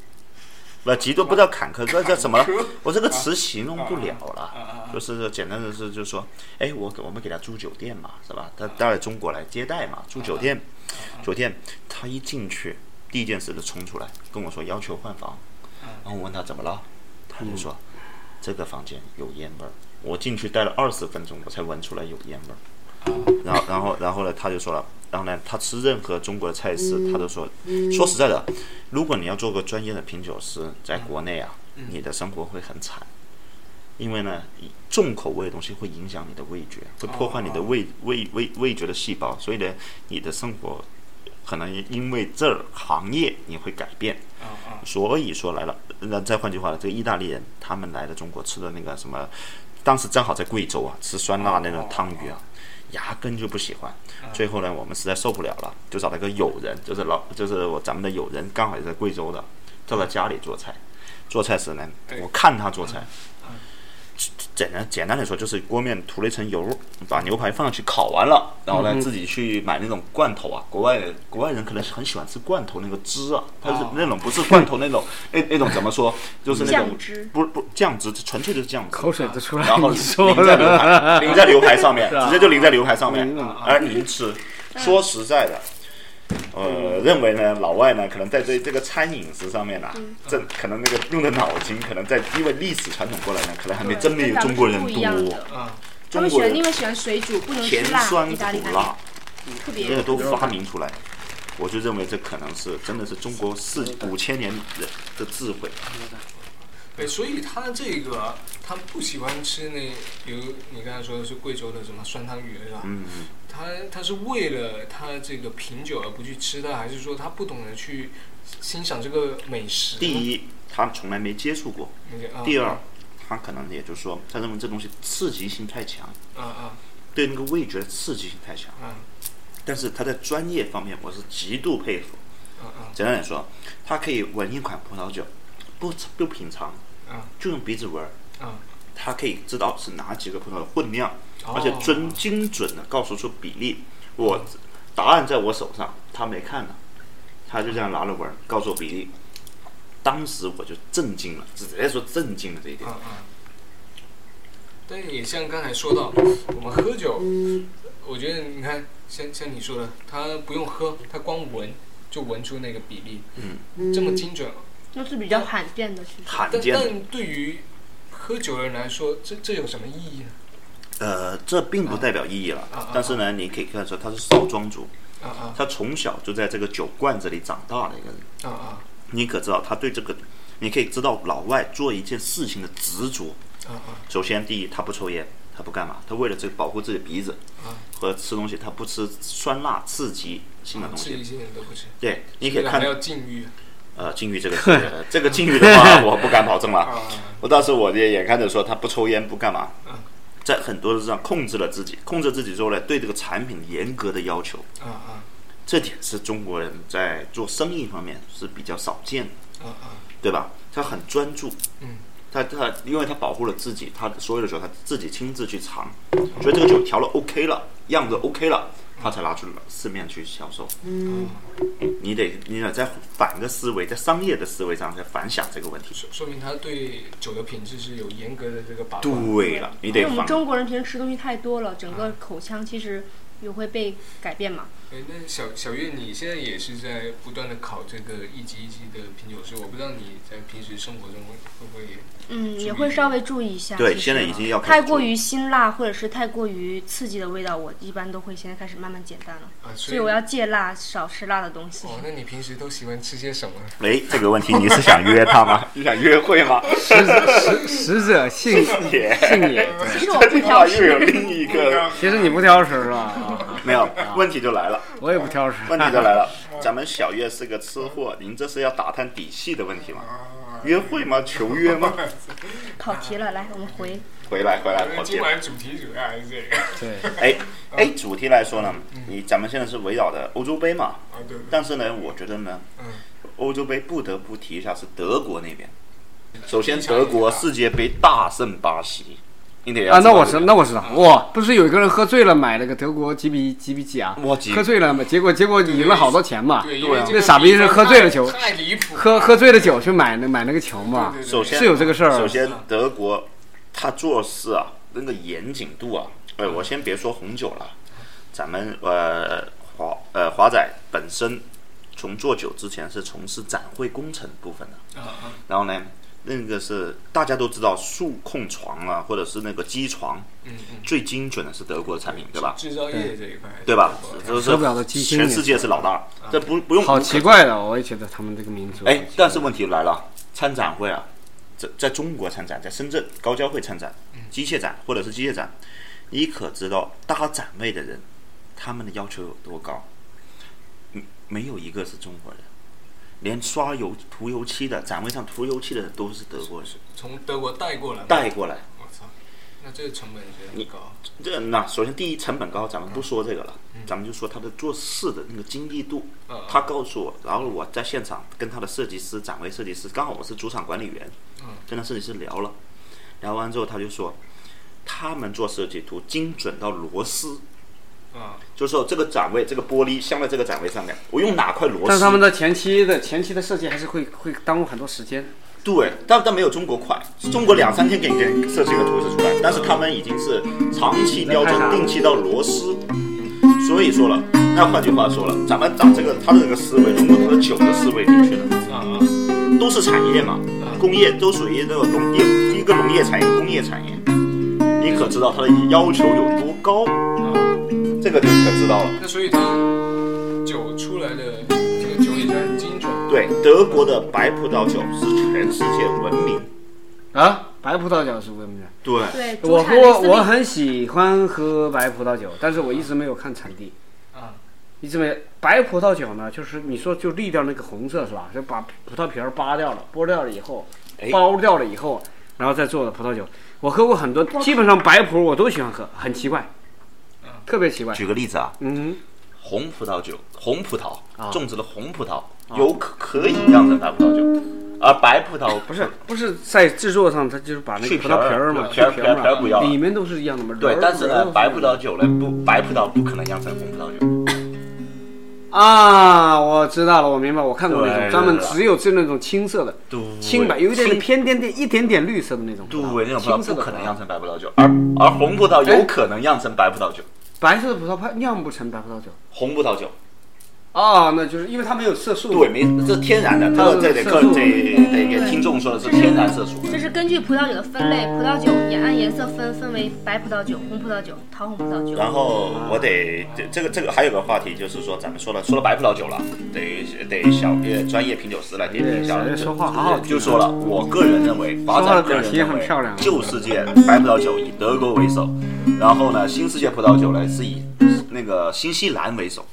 S4: 不极度不知道啊坎坷，啊这这怎么了？我这个词形容不了了，就是简单的是就是说，哎，我给我们给他住酒店嘛，是吧？他带来中国来接待嘛，住酒店，酒店他一进去，第一件事就冲出来跟我说要求换房，然后我问他怎么了，他就说这个房间有烟味儿，我进去待了二十分钟，我才闻出来有烟味儿。然后，然后，然后呢，他就说了，然后呢，他吃任何中国的菜式，他都说，说实在的，如果你要做个专业的品酒师，在国内啊，你的生活会很惨，因为呢，一重口味的东西会影响你的味觉，会破坏你的味味味味觉的细胞，所以呢，你的生活可能因为这儿行业你会改变。
S2: 啊啊
S4: 所以说来了，那再换句话，这个意大利人他们来了中国吃的那个什么，当时正好在贵州啊，吃酸辣那种汤鱼啊，压根就不喜欢。最后呢，我们实在受不了了，就找了个友人，就是老就是我咱们的友人，刚好也在贵州的，到他家里做菜。做菜时呢，
S2: 对
S4: 我看他做菜，简单简单的说，就是锅面涂了一层油，把牛排放上去烤完了，然后呢自己去买那种罐头啊，国外国外人可能很喜欢吃罐头那个汁啊，它是
S2: 哦
S4: 那种不是罐头那种，那那种怎么说，就是那种
S3: 酱汁
S4: 不不酱汁，纯粹就是酱汁，
S1: 口水都出来
S4: 然后
S1: 了，你说
S4: 淋在牛
S1: 的。
S4: 排，淋在牛排上面，
S1: 是啊
S4: 直接就淋在牛排上面
S1: 嗯啊，
S4: 而您吃，
S3: 嗯
S4: 说实在的。
S1: 嗯
S4: 呃，认为呢，老外呢，可能在这这个餐饮食上面呢、啊
S3: 嗯
S4: 这可能那个用的脑筋，可能在因为历史传统过来呢，可能还没真没
S3: 跟
S4: 有
S3: 咱
S4: 中
S3: 们
S4: 国
S3: 是
S4: 人
S3: 不一样
S4: 多。
S3: 的。
S2: 啊！
S3: 他
S4: 中
S3: 们喜
S4: 国
S3: 欢
S4: 人
S3: 因为喜欢水煮，不能吃
S4: 甜
S3: 辣，
S4: 酸
S3: 意大利
S4: 苦
S3: 感觉
S4: 辣，嗯
S3: 特
S4: 这
S3: 别
S4: 个都发明出来，我就认为这可能是真的是中国四五千年人的智慧。
S2: 对，所以他这个他不喜欢吃那，比如你刚才说的是贵州的什么酸汤鱼是吧？
S4: 嗯，
S2: 他他是为了他这个品酒而不去吃它，还是说他不懂得去欣赏这个美食呢？
S4: 第一，他从来没接触过；
S2: 那个，啊
S4: 第二，他可能也就是说，他认为这东西刺激性太强，
S2: 啊啊
S4: 对那个味觉的刺激性太强。
S2: 啊
S4: 但是他在专业方面，我是极度佩服。
S2: 啊啊
S4: 简单来说，他可以闻一款葡萄酒，不不品尝
S2: 嗯，
S4: 就用鼻子闻儿，
S2: 啊！
S4: 他可以知道是哪几个葡萄的混酿。
S2: 哦
S4: 而且准精准的告诉出比例。我答案在我手上，他没看呢，他就这样拿了文告诉我比例。当时我就震惊了，直接说震惊了这一点
S2: 啊。啊！但也像刚才说到，我们喝酒，我觉得你看，像像你说的，他不用喝，他光闻就闻出那个比例，嗯，这么精准。
S3: 那是比较罕见的，其实
S4: 罕
S2: 但
S4: 见的，
S2: 但对于喝酒的人来说，这这有什么意义呢？
S4: 呃，这并不代表意义了
S2: 啊啊。
S4: 但是呢，你可以看出他是少庄主，
S2: 啊啊
S4: 他从小就在这个酒罐子里长大的一个
S2: 啊
S4: 人。
S2: 啊
S4: 你可知道他对这个，你可以知道老外做一件事情的执着。
S2: 啊啊！
S4: 首先，第一，他不抽烟，他不干嘛，他为了这个保护自己的鼻子
S2: 啊
S4: 和吃东西，他不吃酸辣刺激性的东
S2: 这一
S4: 西。
S2: 些人都不吃，
S4: 对，你可以
S2: 还
S4: 看
S2: 要禁欲
S4: 呃，禁欲这个呃这个禁欲的 话，我不敢保证
S2: 啊
S4: 了。我当时我也眼看着说他不抽烟不干嘛
S2: 嗯，
S4: 在很多的上控制了自己，控制自己之后呢，对这个产品严格的要求，
S2: 啊啊
S4: 这点是中国人在做生意方面是比较少见的。
S2: 啊啊！
S4: 对吧？他很专注，
S2: 嗯，
S4: 他他因为他保护了自己，他所有的酒他自己亲自去尝，所以这个酒调了 OK 了，样子 OK 了，它才拿出市面去销售。嗯你得你得在反个思维，在商业的思维上在反想这个问题。
S2: 说说明他对酒的品质是有严格的这个把关。
S4: 对了，你
S3: 因为我
S4: 得
S3: 们
S4: 反。
S3: 中国人平时吃东西太多了，整个口腔其实也会被改变嘛。
S2: 哎，那小小月，你现在也是在不断的考这个一级一级的品酒师，我不知道你在平时生活中会会不会也
S3: 嗯，
S2: 注
S3: 也
S2: 意
S3: 会稍微注意一下。
S4: 对，
S3: 其实
S4: 现在已经要开
S3: 太
S4: 始
S3: 过
S4: 做
S3: 于辛辣或者是太过于刺激的味道，我一般都会现在开始慢慢减淡了。
S2: 啊，所
S3: 所以我要戒辣，少吃辣的东西。
S2: 哦，那你平时都喜欢吃些什么？
S4: 哎，这个问题你是想约他吗？ 你想约会吗？
S1: 食食食者性
S4: 也，
S1: 性也。
S3: 其实我不挑
S4: 又有
S3: 食，
S4: 另一个
S1: 其实你不挑食是吧？啊
S4: 没有问题就来了，
S1: 我也不挑食。
S4: 问题就来 了。咱们小月是个吃货，您这是要打探底细的问题吗？
S2: 啊，
S4: 约会吗？求约 吗？
S3: 跑题了。来，我们回
S4: 回来回来，
S2: 因
S4: 我
S2: 为
S4: 见
S2: 今。晚主题主要还是这个。啊
S1: 对，
S4: 哎哎，主题来说呢，你咱们现在是围绕的欧洲杯嘛，
S2: 啊，对对，
S4: 但是呢，我觉得呢，
S2: 嗯，
S4: 欧洲杯不得不提一下是德国那边。首先，
S2: 影响也
S4: 德国
S2: 大
S4: 世界杯大胜巴西，你得要
S1: 啊，
S4: 知
S1: 那
S4: 道
S1: 我
S4: 这
S1: 知
S4: 个
S1: 那我知道，哇，不是有一个人喝醉了买了个德国几比几比几啊？
S4: 我几
S1: 喝醉了嘛，结果结果赢了好多钱嘛。
S2: 对，因为
S4: 对啊
S2: 这
S1: 那
S2: 个
S1: 傻逼是喝醉了球
S2: 太离谱了，
S1: 喝喝醉了酒去买那买那个球嘛
S2: 对，对对
S4: 首先
S1: 是有这个事儿啊
S4: 首。先，德国他做事啊，那个严谨度啊，哎，我先别说红酒了，咱们呃华呃华仔本身从做酒之前是从事展会工程部分的，
S2: 啊啊，
S4: 然后呢，那个是大家都知道数控床啊，或者是那个机床，
S2: 嗯嗯，
S4: 最精准的是德国的产品，对吧？
S2: 制造业这一块，
S4: 对吧？都
S1: 手表的
S4: 是
S1: 机芯
S4: 全
S1: 也
S4: 世界是老大，这不不用
S1: 好奇怪的，我也觉得他们这个民族。
S4: 哎，但是问题来了，参展会啊，在在中国参展，在深圳高交会参展，机械展或者是机械展，你可知道搭展位的人，他们的要求有多高？嗯没有一个是中国人，连刷油涂油漆的展位上涂油漆的人都是德国人
S2: 从德国带过来，
S4: 带，过来。
S2: 我操，那这个成本也很高，
S4: 这那首先第一成本高，咱们
S2: 嗯
S4: 不说这个了，咱们就说他的做事的那个精力度。
S2: 嗯
S4: 他告诉我，然后我在现场跟他的设计师、展位设计师，刚好我是主场管理员，
S2: 嗯
S4: 跟他设计师聊了，聊完之后他就说，他们做设计图精准到螺丝，
S2: 啊，
S4: 就是说这个展位、这个玻璃镶在这个展位上面，我用哪块螺丝？
S1: 但是他们的前期的前期的设计还是会会耽误很多时间。
S4: 对，但但没有中国快，中国两三天给你给设计个图示出来，但是他们已经是长期雕
S1: 那
S4: 琢、
S1: 太难
S4: 定期到螺丝，所以说了，那换句话说了，咱们找这个他的这个思维，通过他的酒的思维进去了。
S2: 啊啊，
S4: 都是产业嘛，
S1: 嗯
S4: 工业都属于这个农业，一个农业产业，一个工业产业。你可知道它的要求有多高？这个就可知道了。
S2: 那所以他酒出来的这个酒也是很精准，
S4: 对，德国的白葡萄酒是全世界闻名。
S1: 啊，白葡萄酒是闻名的。
S3: 对
S4: 对，
S3: 主
S1: 我
S3: 哎产类
S1: 喝
S3: 似于
S1: 我很喜欢喝白葡萄酒，但是我一直没有看产地。
S2: 啊，
S1: 一直没白葡萄酒呢，就是你说就滤掉那个红色是吧？就把葡萄皮儿扒掉了，剥掉了以后
S4: 哎，
S1: 剥掉了以后，然后再做的葡萄酒。我喝过很多，基本上白葡我都喜欢喝，很奇怪，特别奇怪。
S4: 举个例子啊，
S1: 嗯，
S4: 红葡萄酒，红葡萄
S1: 啊
S4: 种植的红葡萄有可可以酿成白葡萄酒，而白葡萄
S1: 不是不是在制作上，它就是把那
S4: 去
S1: 个葡萄
S4: 皮
S1: 皮
S4: 儿
S1: 儿嘛，
S4: 皮儿
S1: 去
S4: 皮儿皮儿不要
S1: 嘛，
S4: 了
S1: 里面都是一样的嘛。
S4: 对
S1: 仁，儿
S4: 但是
S1: 仁儿
S4: 呢
S1: 都，
S4: 白葡萄酒呢不，白葡萄不可能酿成红葡萄酒。
S1: 啊，我知道了，我明白，我看过那
S4: 对
S1: 种专门
S4: 对对
S1: 只有这那种青色的，
S4: 对
S1: 清白，有一点点
S4: 清
S1: 偏点点一点点绿色的那种葡萄，
S4: 对，那种葡萄
S1: 青色
S4: 不
S1: 的
S4: 可能
S1: 葡萄
S4: 酿成白葡萄酒，而而红葡萄有可能酿成白葡萄酒，
S1: 白色的葡萄它酿不成白葡萄酒。
S4: 红葡萄酒，
S1: 哦，那就是因为它没有色素。
S4: 对，，没这是天然的，这个这得
S1: 色
S4: 客
S1: 素
S4: 得得给听众说的是天然色素，
S3: 这是根据葡萄酒的分类，葡萄酒也按颜色分，分为白葡萄酒、红葡萄酒、桃红葡萄酒。
S4: 然后我得这这个这个还有个话题就是说，咱们说了说了白葡萄酒了，得得小呃专业品酒师来点评一下
S1: 小。月说话好好听啊
S4: 就说了，我个人认为，华
S1: 说话
S4: 仔
S1: 的
S4: 个人
S1: 表情也
S4: 认
S1: 很
S4: 为
S1: 漂亮啊，
S4: 旧世界白葡萄酒以德国为首，然后呢，新世界葡萄酒呢是以那个新西兰为首。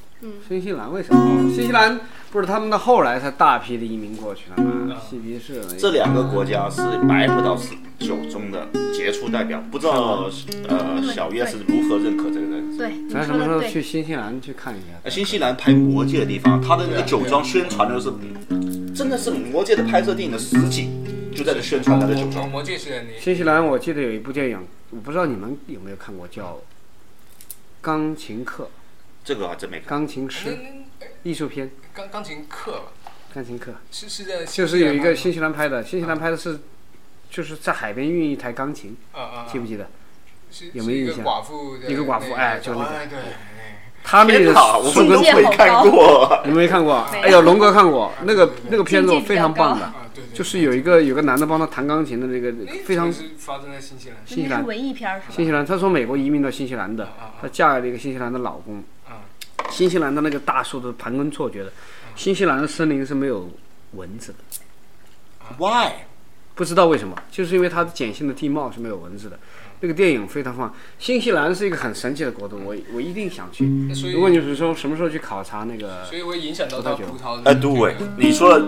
S1: 新西兰为什么？哦新西兰不是他们的后来才大批的移民过去的
S4: 嗯
S1: 吗？嬉皮士而已
S4: 这两个国家是白葡萄酒中的杰出代表，不知道呃小月是如何认可这个的。
S3: 对，你
S1: 咱什
S3: 说
S1: 么时候
S3: 的对
S1: 去。新西兰去看一
S4: 呃
S1: 下？
S4: 新西兰拍《魔戒》的地方，它的那个酒庄宣传的是，真的是《魔戒》的拍摄电影的实景，就在这宣传它的酒
S2: 我
S4: 庄。
S2: 魔戒是你
S1: 新西兰我记得有一部电影，我不知道你们有没有看过，叫钢琴课、
S4: 这个我还啊真没看。
S1: 钢琴
S2: 那
S1: 师、
S2: 那
S1: 艺术片、
S2: 钢钢琴课吧，
S1: 钢琴课，
S2: 是是在
S1: 就是有一个
S2: 新
S1: 新西兰拍的，新西兰拍的是，就是在海边运一台钢琴，
S2: 啊啊，
S1: 记不记得？
S2: 是
S1: 有没有
S2: 是一
S1: 印
S2: 个
S1: 象
S2: 寡妇的那个，
S1: 一个寡妇哎就那个
S2: 哎对，哎
S1: 他那
S4: 天
S1: 个
S4: 哪，我
S1: 是
S4: 们都
S1: 跟
S3: 境界
S4: 没
S3: 好高
S4: 看过。
S1: 你没看过？
S3: 没有
S1: 哎呦，龙哥看过那个那个片子，
S3: 境
S1: 我
S3: 界
S1: 非常
S3: 比较高
S1: 棒的，
S2: 啊对对，
S1: 就是有一个有个男的帮他弹钢琴的那个
S2: 对哎
S1: 非常
S2: 这个是发生在新西兰，
S1: 新西
S3: 那
S1: 兰
S3: 是文艺片儿是
S1: 新
S3: 吧？
S1: 西兰，她从美国移民到新西兰的
S2: 啊，啊
S1: 她嫁了一个新西兰的老公。
S2: 啊
S1: 新西兰的那个大树都是盘根错节的，新西兰的森林是没有蚊子的，
S4: Why？
S1: 不知道为什么，就是因为它碱性的地貌是没有蚊
S2: 啊
S1: 子的。那个电影非常棒，新西兰是一个很神奇的国度，
S2: 嗯
S1: 我我一定想去。
S2: 那所以
S1: 如果你是说什么时候去考察那个
S2: 所以会影响到它葡萄的
S4: 哎，
S2: 这个
S4: 对，你说了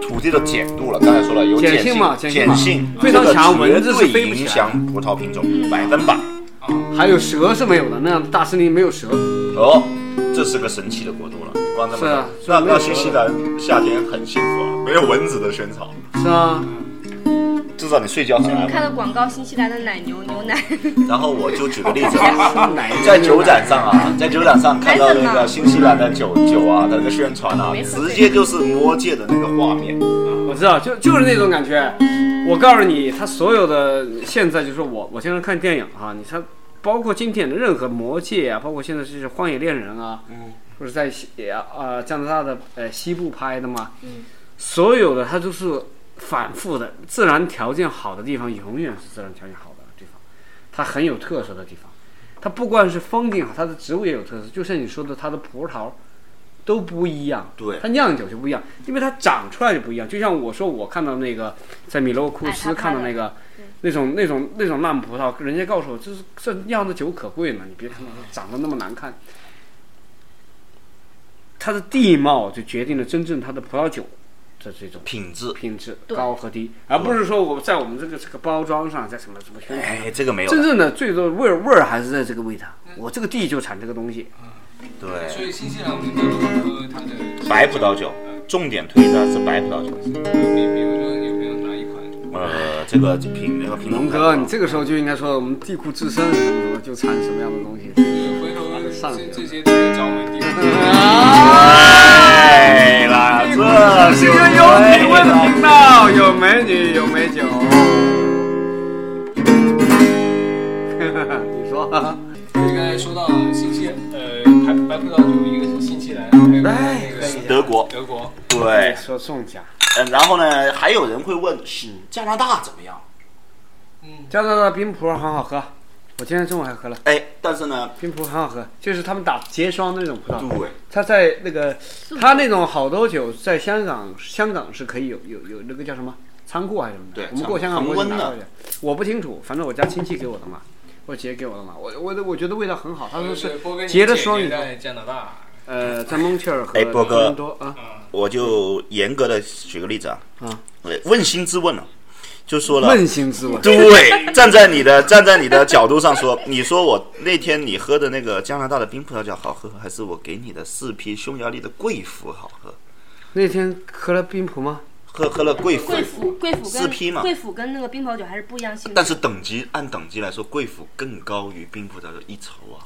S4: 土地的碱度了，刚才说了有
S1: 碱
S4: 性
S1: 性嘛碱性嘛
S4: 碱性
S1: 非常
S4: 这个
S1: 强蚊子是
S4: 绝对
S1: 飞不起来
S4: 影响葡萄品种，百分百。
S2: 啊，
S1: 还有蛇是没有的，那样的大森林没有蛇。
S4: 哦，这是个神奇的国度了。光这么
S1: 是啊
S4: 说
S1: 是啊
S4: 那
S1: 没有
S4: 那新西兰夏天很幸福啊，没有蚊子的喧吵，
S1: 是啊，
S2: 嗯
S4: 至少你睡觉很安
S3: 我看
S4: 稳。
S3: 的广告，新西兰的奶牛牛奶，
S4: 然后我就举个例子啊吧。
S1: 奶
S4: 在酒展上啊，在酒展上看到那
S3: 奶粉嘛
S4: 个新西兰的酒酒啊，它那个宣传啊，
S3: 没喝
S4: 直
S3: 醉
S4: 接就是魔戒的那个画面。
S1: 我知道，就就是那种感觉。我告诉你，他所有的现在就是我，我现在看电影哈、你看，包括经典的任何《魔戒》啊，包括现在是《荒野猎人》啊，
S4: 嗯，
S1: 不是在西呃加拿大的呃西部拍的嘛，所有的它都是反复的，自然条件好的地方永远是自然条件好的地方，它很有特色的地方，它不光是风景好，它的植物也有特色，就像你说的，它的葡萄都不一样，
S4: 对
S1: 它酿酒就不一样，因为它长出来就不一样。就像我说，我看到那个在米洛库斯
S3: 哎它
S1: 看到那个
S3: 嗯
S1: 那种那种那种烂葡萄，人家告诉我，这是这酿的酒可贵呢，你别看它长得那么难看。它的地貌就决定了真正它的葡萄酒的这种
S4: 品质。
S1: 品质
S3: 对
S1: 高和低，而不是说我在我们这个这个包装上，在什么什么宣传。
S4: 哎，这个没有
S1: 真
S4: 的。
S1: 正的最多味儿味儿还是在这个味道，
S3: 嗯
S1: 我这个地就产这个东西。
S2: 所
S4: 对，
S2: 以新西兰我们就喝它的
S4: 白葡萄酒，重点推的是白葡萄酒。
S2: 比比如说有没有哪一款？
S4: 呃，这个品那个品种
S1: 龙
S4: 太
S1: 哥，
S4: 高
S1: 你
S4: 了
S1: 这个时候就应该说我们地库自身什么什么就产什么样的东西。
S2: 回头这这些都得找我们地方。
S4: 哎啦，这
S1: 是一
S4: 就
S1: 个
S4: 对
S1: 啊有品味的
S4: 了
S1: 频道，有美女，有美酒。 你说，
S2: 刚才说到新西兰，呃，白白葡萄酒，一个是新西兰，还有
S1: 哎
S2: 那个
S4: 德国
S2: 德国，
S4: 对，
S1: 说中奖。
S4: 嗯，然后呢，还有人会问，加拿大怎么样？
S2: 嗯，
S1: 加拿大的冰葡很好喝，我今天中午还喝了
S4: 哎，但是呢，
S1: 冰葡，很好喝，就是他们打结霜的那种葡萄。
S4: 对，
S1: 他在那个他那种好多酒在香港，香港是可以有有有那个叫什么仓库还是什么的，
S4: 对
S1: 我们过香港
S4: 恒
S1: 过去拿
S4: 温的
S1: 回去，我不清楚，反正我家亲戚给我的嘛，我姐给我的嘛，我我我觉得味道很好，他说是
S2: 波哥，
S1: 结了霜以后，
S2: 在加拿大，
S1: 呃，在蒙特尔和
S4: 哎波哥
S1: 多伦多啊，
S2: 嗯，
S4: 我就严格的举个例子啊，
S1: 啊
S4: 呃，问心之问了，就说了，
S1: 问心之问，
S4: 对，站在你的站在你的角度上说， 你说我那天你喝的那个加拿大的冰葡萄酒好喝，还是我给你的四批匈牙利的贵腐好喝？
S1: 那天喝了冰葡吗？
S4: 喝喝了 贵腐，
S3: 贵腐贵腐
S4: 四批嘛
S3: 跟贵腐跟那个冰萄酒还是不一样性质。
S4: 但是等级按等级来说，贵腐更高于冰葡萄酒一筹啊。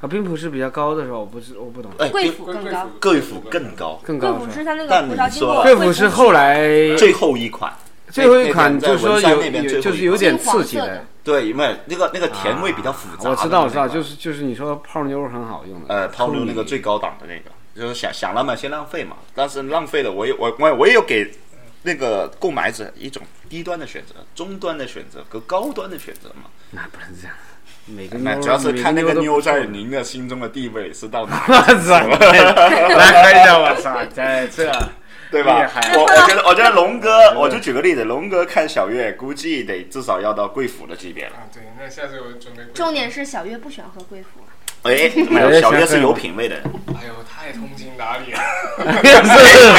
S1: 啊，冰葡是比较高的是吧？我不知我不懂，
S4: 哎，
S3: 贵
S4: 冰
S3: 腐更高，
S4: 贵腐更高，
S1: 更
S3: 贵
S1: 高
S3: 腐
S1: 是
S3: 是
S1: 吧？
S3: 它那
S4: 但
S3: 个
S4: 你
S3: 葡萄经
S4: 说
S3: 过
S4: 了
S1: 贵腐是后来
S4: 最后一款，
S1: 最后
S4: 那
S1: 一款，
S4: 那
S1: 就
S4: 个
S1: 是说
S4: 文山
S1: 有
S4: 那边
S1: 有
S4: 最后
S1: 就
S4: 一
S1: 是
S4: 款
S1: 有点
S3: 金黄
S1: 刺激
S3: 色的
S1: 的。
S4: 对，因为那个那个甜味比较复杂的那个、
S1: 啊我知道，我知道，就是就是你说泡妞很好用的，
S4: 呃泡妞那个最高档的那个，就是想想浪漫先浪费嘛，但是浪费了我也我我也我也有给那个购买者一种低端的选择、中端的选择和高端的选择嘛。
S1: 那哎不能这样，每个
S4: 那
S1: 妞
S4: 哎主要是看那个妞在
S1: 你。
S4: 您的心中的地位是到哪，
S1: 我 操！来喝一下，我操，在这
S4: 对吧
S1: 厉害？
S4: 我我觉得我觉得 龙哥，我就举个例子，龙哥看小月估计得至少要到贵府的级别了。
S2: 啊，对，那下次我准备。
S3: 重点是小月不喜欢喝贵腐，啊
S4: 哎，没有，小月是有品位的人，
S2: 哎呦，太通情达 理了，
S1: 是
S4: 没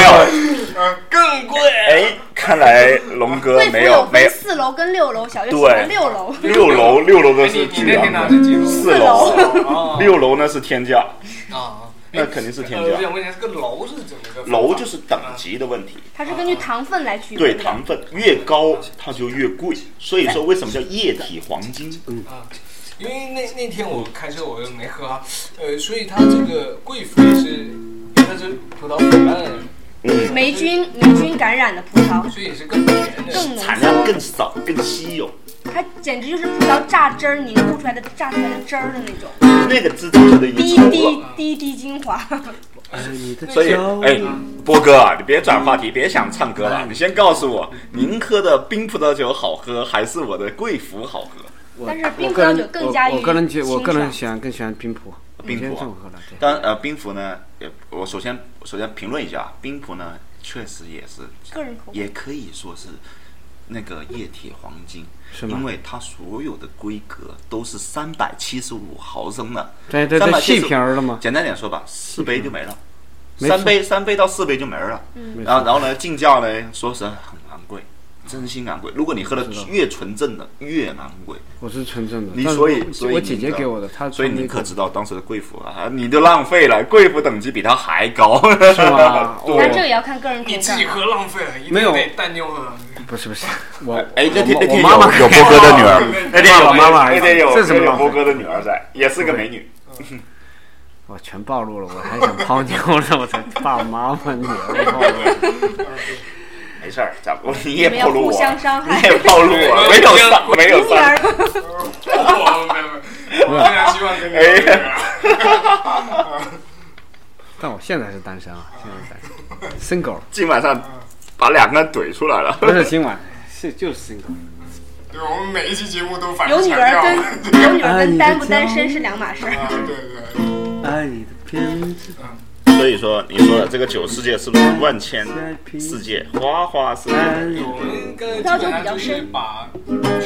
S4: 有。
S2: 嗯，更贵。
S4: 哎，看来龙哥
S3: 贵腐
S4: 呃没有没有
S3: 分四楼跟六楼，小月喜欢
S4: 对
S3: 六楼。
S4: 六楼，六楼的
S2: 哎你
S4: 是
S2: 你
S4: 巨
S2: 那
S4: 阳
S2: 天拿
S4: 的，
S2: 的几楼？
S4: 四楼，
S2: 哦
S4: 六楼呢是天价，
S3: 嗯
S2: 啊，
S4: 那肯定是天
S2: 呃我
S4: 价。
S2: 想问一下，这个楼是怎么个分法？
S4: 楼就是等级的问题，
S3: 它是根据糖分来区
S4: 对
S3: 分的。哎嗯
S4: 糖分越高它就越贵，所以说为什么叫液体黄金？
S2: 啊，因为那那天我开车我又没喝啊，呃，所以它这个贵腐也是，因为它是葡萄腐烂的，
S3: 霉菌霉菌感染的葡萄
S2: 所以也是更甜的。
S3: 更浓
S4: 产量
S3: 缩，
S4: 更少、更稀有。
S3: 它简直就是葡萄榨汁儿凝固出来的榨出来的汁儿的那种，
S4: 那个制造出的已
S3: 嗯滴
S4: 经
S3: 滴嗯
S4: 了。
S3: 滴滴精华。
S1: 哎，你的
S4: 所以
S1: 焦，
S4: 哎，波哥，你别转话题，别想唱歌
S3: 嗯
S4: 了。你先告诉我，您喝的冰葡萄酒好喝，还是我的贵腐好喝？
S1: 我
S3: 但是冰
S1: 我
S3: 葡
S1: 个
S3: 萄
S1: 人
S3: 酒更加
S1: 我我个人觉，我
S3: 于
S1: 个人
S3: 清爽
S1: 喜欢更喜欢冰葡，
S4: 冰
S1: 我觉得
S4: 葡啊
S1: 这么喝的，对。
S4: 当然，呃，冰葡呢，也我首先首先评论一下，冰葡呢确实也是，
S3: 个人口味。
S4: 也可以说是那个液体黄金，
S1: 是吗
S4: 因为它所有的规格都是三百七十五毫升的，
S1: 哎对对
S4: 三
S1: 对，
S4: 百七
S1: 细
S4: 十
S1: 瓶儿的嘛，
S4: 简单点说吧，四杯就没了，
S1: 没
S4: 三
S1: 错
S4: 杯三杯到四杯就没了。
S1: 没
S4: 然后
S1: 错，
S4: 然后呢，进价呢，说实在很昂贵，真心昂贵。如果你喝的
S1: 知道
S4: 越纯正的越昂贵，
S1: 我是纯正的。
S4: 你
S1: 但是
S4: 所以
S1: 我
S4: 所以
S1: 我
S4: 你
S1: 姐姐
S4: 知道
S1: 给我的，她
S4: 所以
S1: 从
S4: 你
S1: 那
S4: 可
S1: 个
S4: 知道当时的贵妇啊，你就浪费了，贵妇等级比他还高，
S1: 是 吗？我
S3: 但这个也要看个人口啊
S2: 你
S3: 感。
S2: 自己喝浪费了，啊一定
S1: 没有
S2: 得淡妞 喝。啊
S1: 不是不 是，我
S4: 哎，那天
S1: 我
S4: 那天
S1: 我妈妈
S4: 有有波哥的女儿
S2: 哦，
S4: 那天有
S1: 妈妈
S4: 那天有
S1: 这是什么
S4: 那天有
S1: 浪费
S4: 波哥的女儿在，也是个美女。
S1: 我全暴露了，我还想泡妞呢，我才爸爸妈妈女儿泡。
S4: 没事儿，咱不你也
S3: 你们要
S4: 暴露我，
S3: 互相伤害
S4: 你也暴露 我，没有伤，没有
S3: 你女
S4: 伤
S3: 儿。
S2: 我没有没有，我非常希望跟你
S4: 哎
S2: 这个啊。
S1: 但我现在是单身啊，现在是单身，新狗
S4: 今晚上把两个人怼出来了。
S1: 不是今 晚，是就是新狗。
S2: 对，我们每一期节目都反
S3: 有
S2: 复
S3: 女
S2: 强
S3: 儿
S2: 调。
S3: 跟有女儿
S1: 哎你
S3: 跟
S1: 的
S3: 单不单
S1: 骄
S3: 身是两码事儿。
S2: 啊，对对。
S1: 爱你的偏执
S4: 所以说，你说的这个酒世界是不是万千世界，花花世界？
S1: 爱
S2: 我们刚才基本
S3: 葡萄酒比
S2: 上
S3: 较
S2: 就是
S3: 深
S2: 把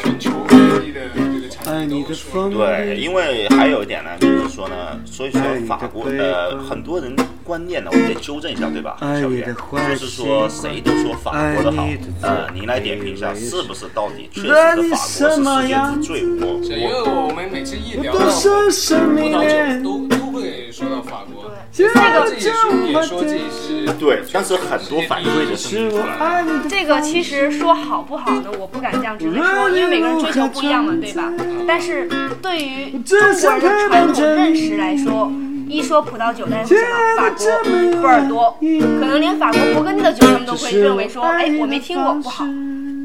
S2: 全球各地的这个
S1: 爱
S2: 产
S1: 哎你
S2: 品
S1: 的
S2: 都说
S1: 风，
S4: 对，因为还有一点呢，就是说呢，所以说法国
S1: 哎爱你的悲
S4: 呃
S1: 观
S4: 很多人观念呢，我们得纠正一下，对吧？
S1: 爱
S4: 小
S1: 哎你的
S4: 袁
S1: 坏，
S4: 就是说谁都说法国的好
S1: 哎爱你的，哎
S4: 呃，
S1: 罪
S4: 您来点评一下，是不是到底确实
S1: 人
S4: 的法
S1: 什
S4: 国
S1: 么
S4: 是世界
S1: 样
S4: 之最我
S2: 是因为
S4: 我
S2: 我们每次一聊到
S1: 都
S2: 葡
S1: 是生命
S2: 萄酒，
S1: 恋，
S2: 都都会说到法国，
S1: 这
S2: 他
S1: 个
S2: 自己说也说自己
S1: 这
S2: 是
S4: 对，但是很多反馈的哎声
S1: 是
S4: 音出
S1: 我
S4: 来了。
S1: 爱你的。
S3: 这个其实说好不好呢，我不敢这样直接说，因为每个人追求不一样嘛，对吧？但是对于中国人的传统认识来说，一说葡萄酒，大家会想到法国、波尔多，可能连法国勃艮第的酒他们都会认为说，哎，我没听过，不好。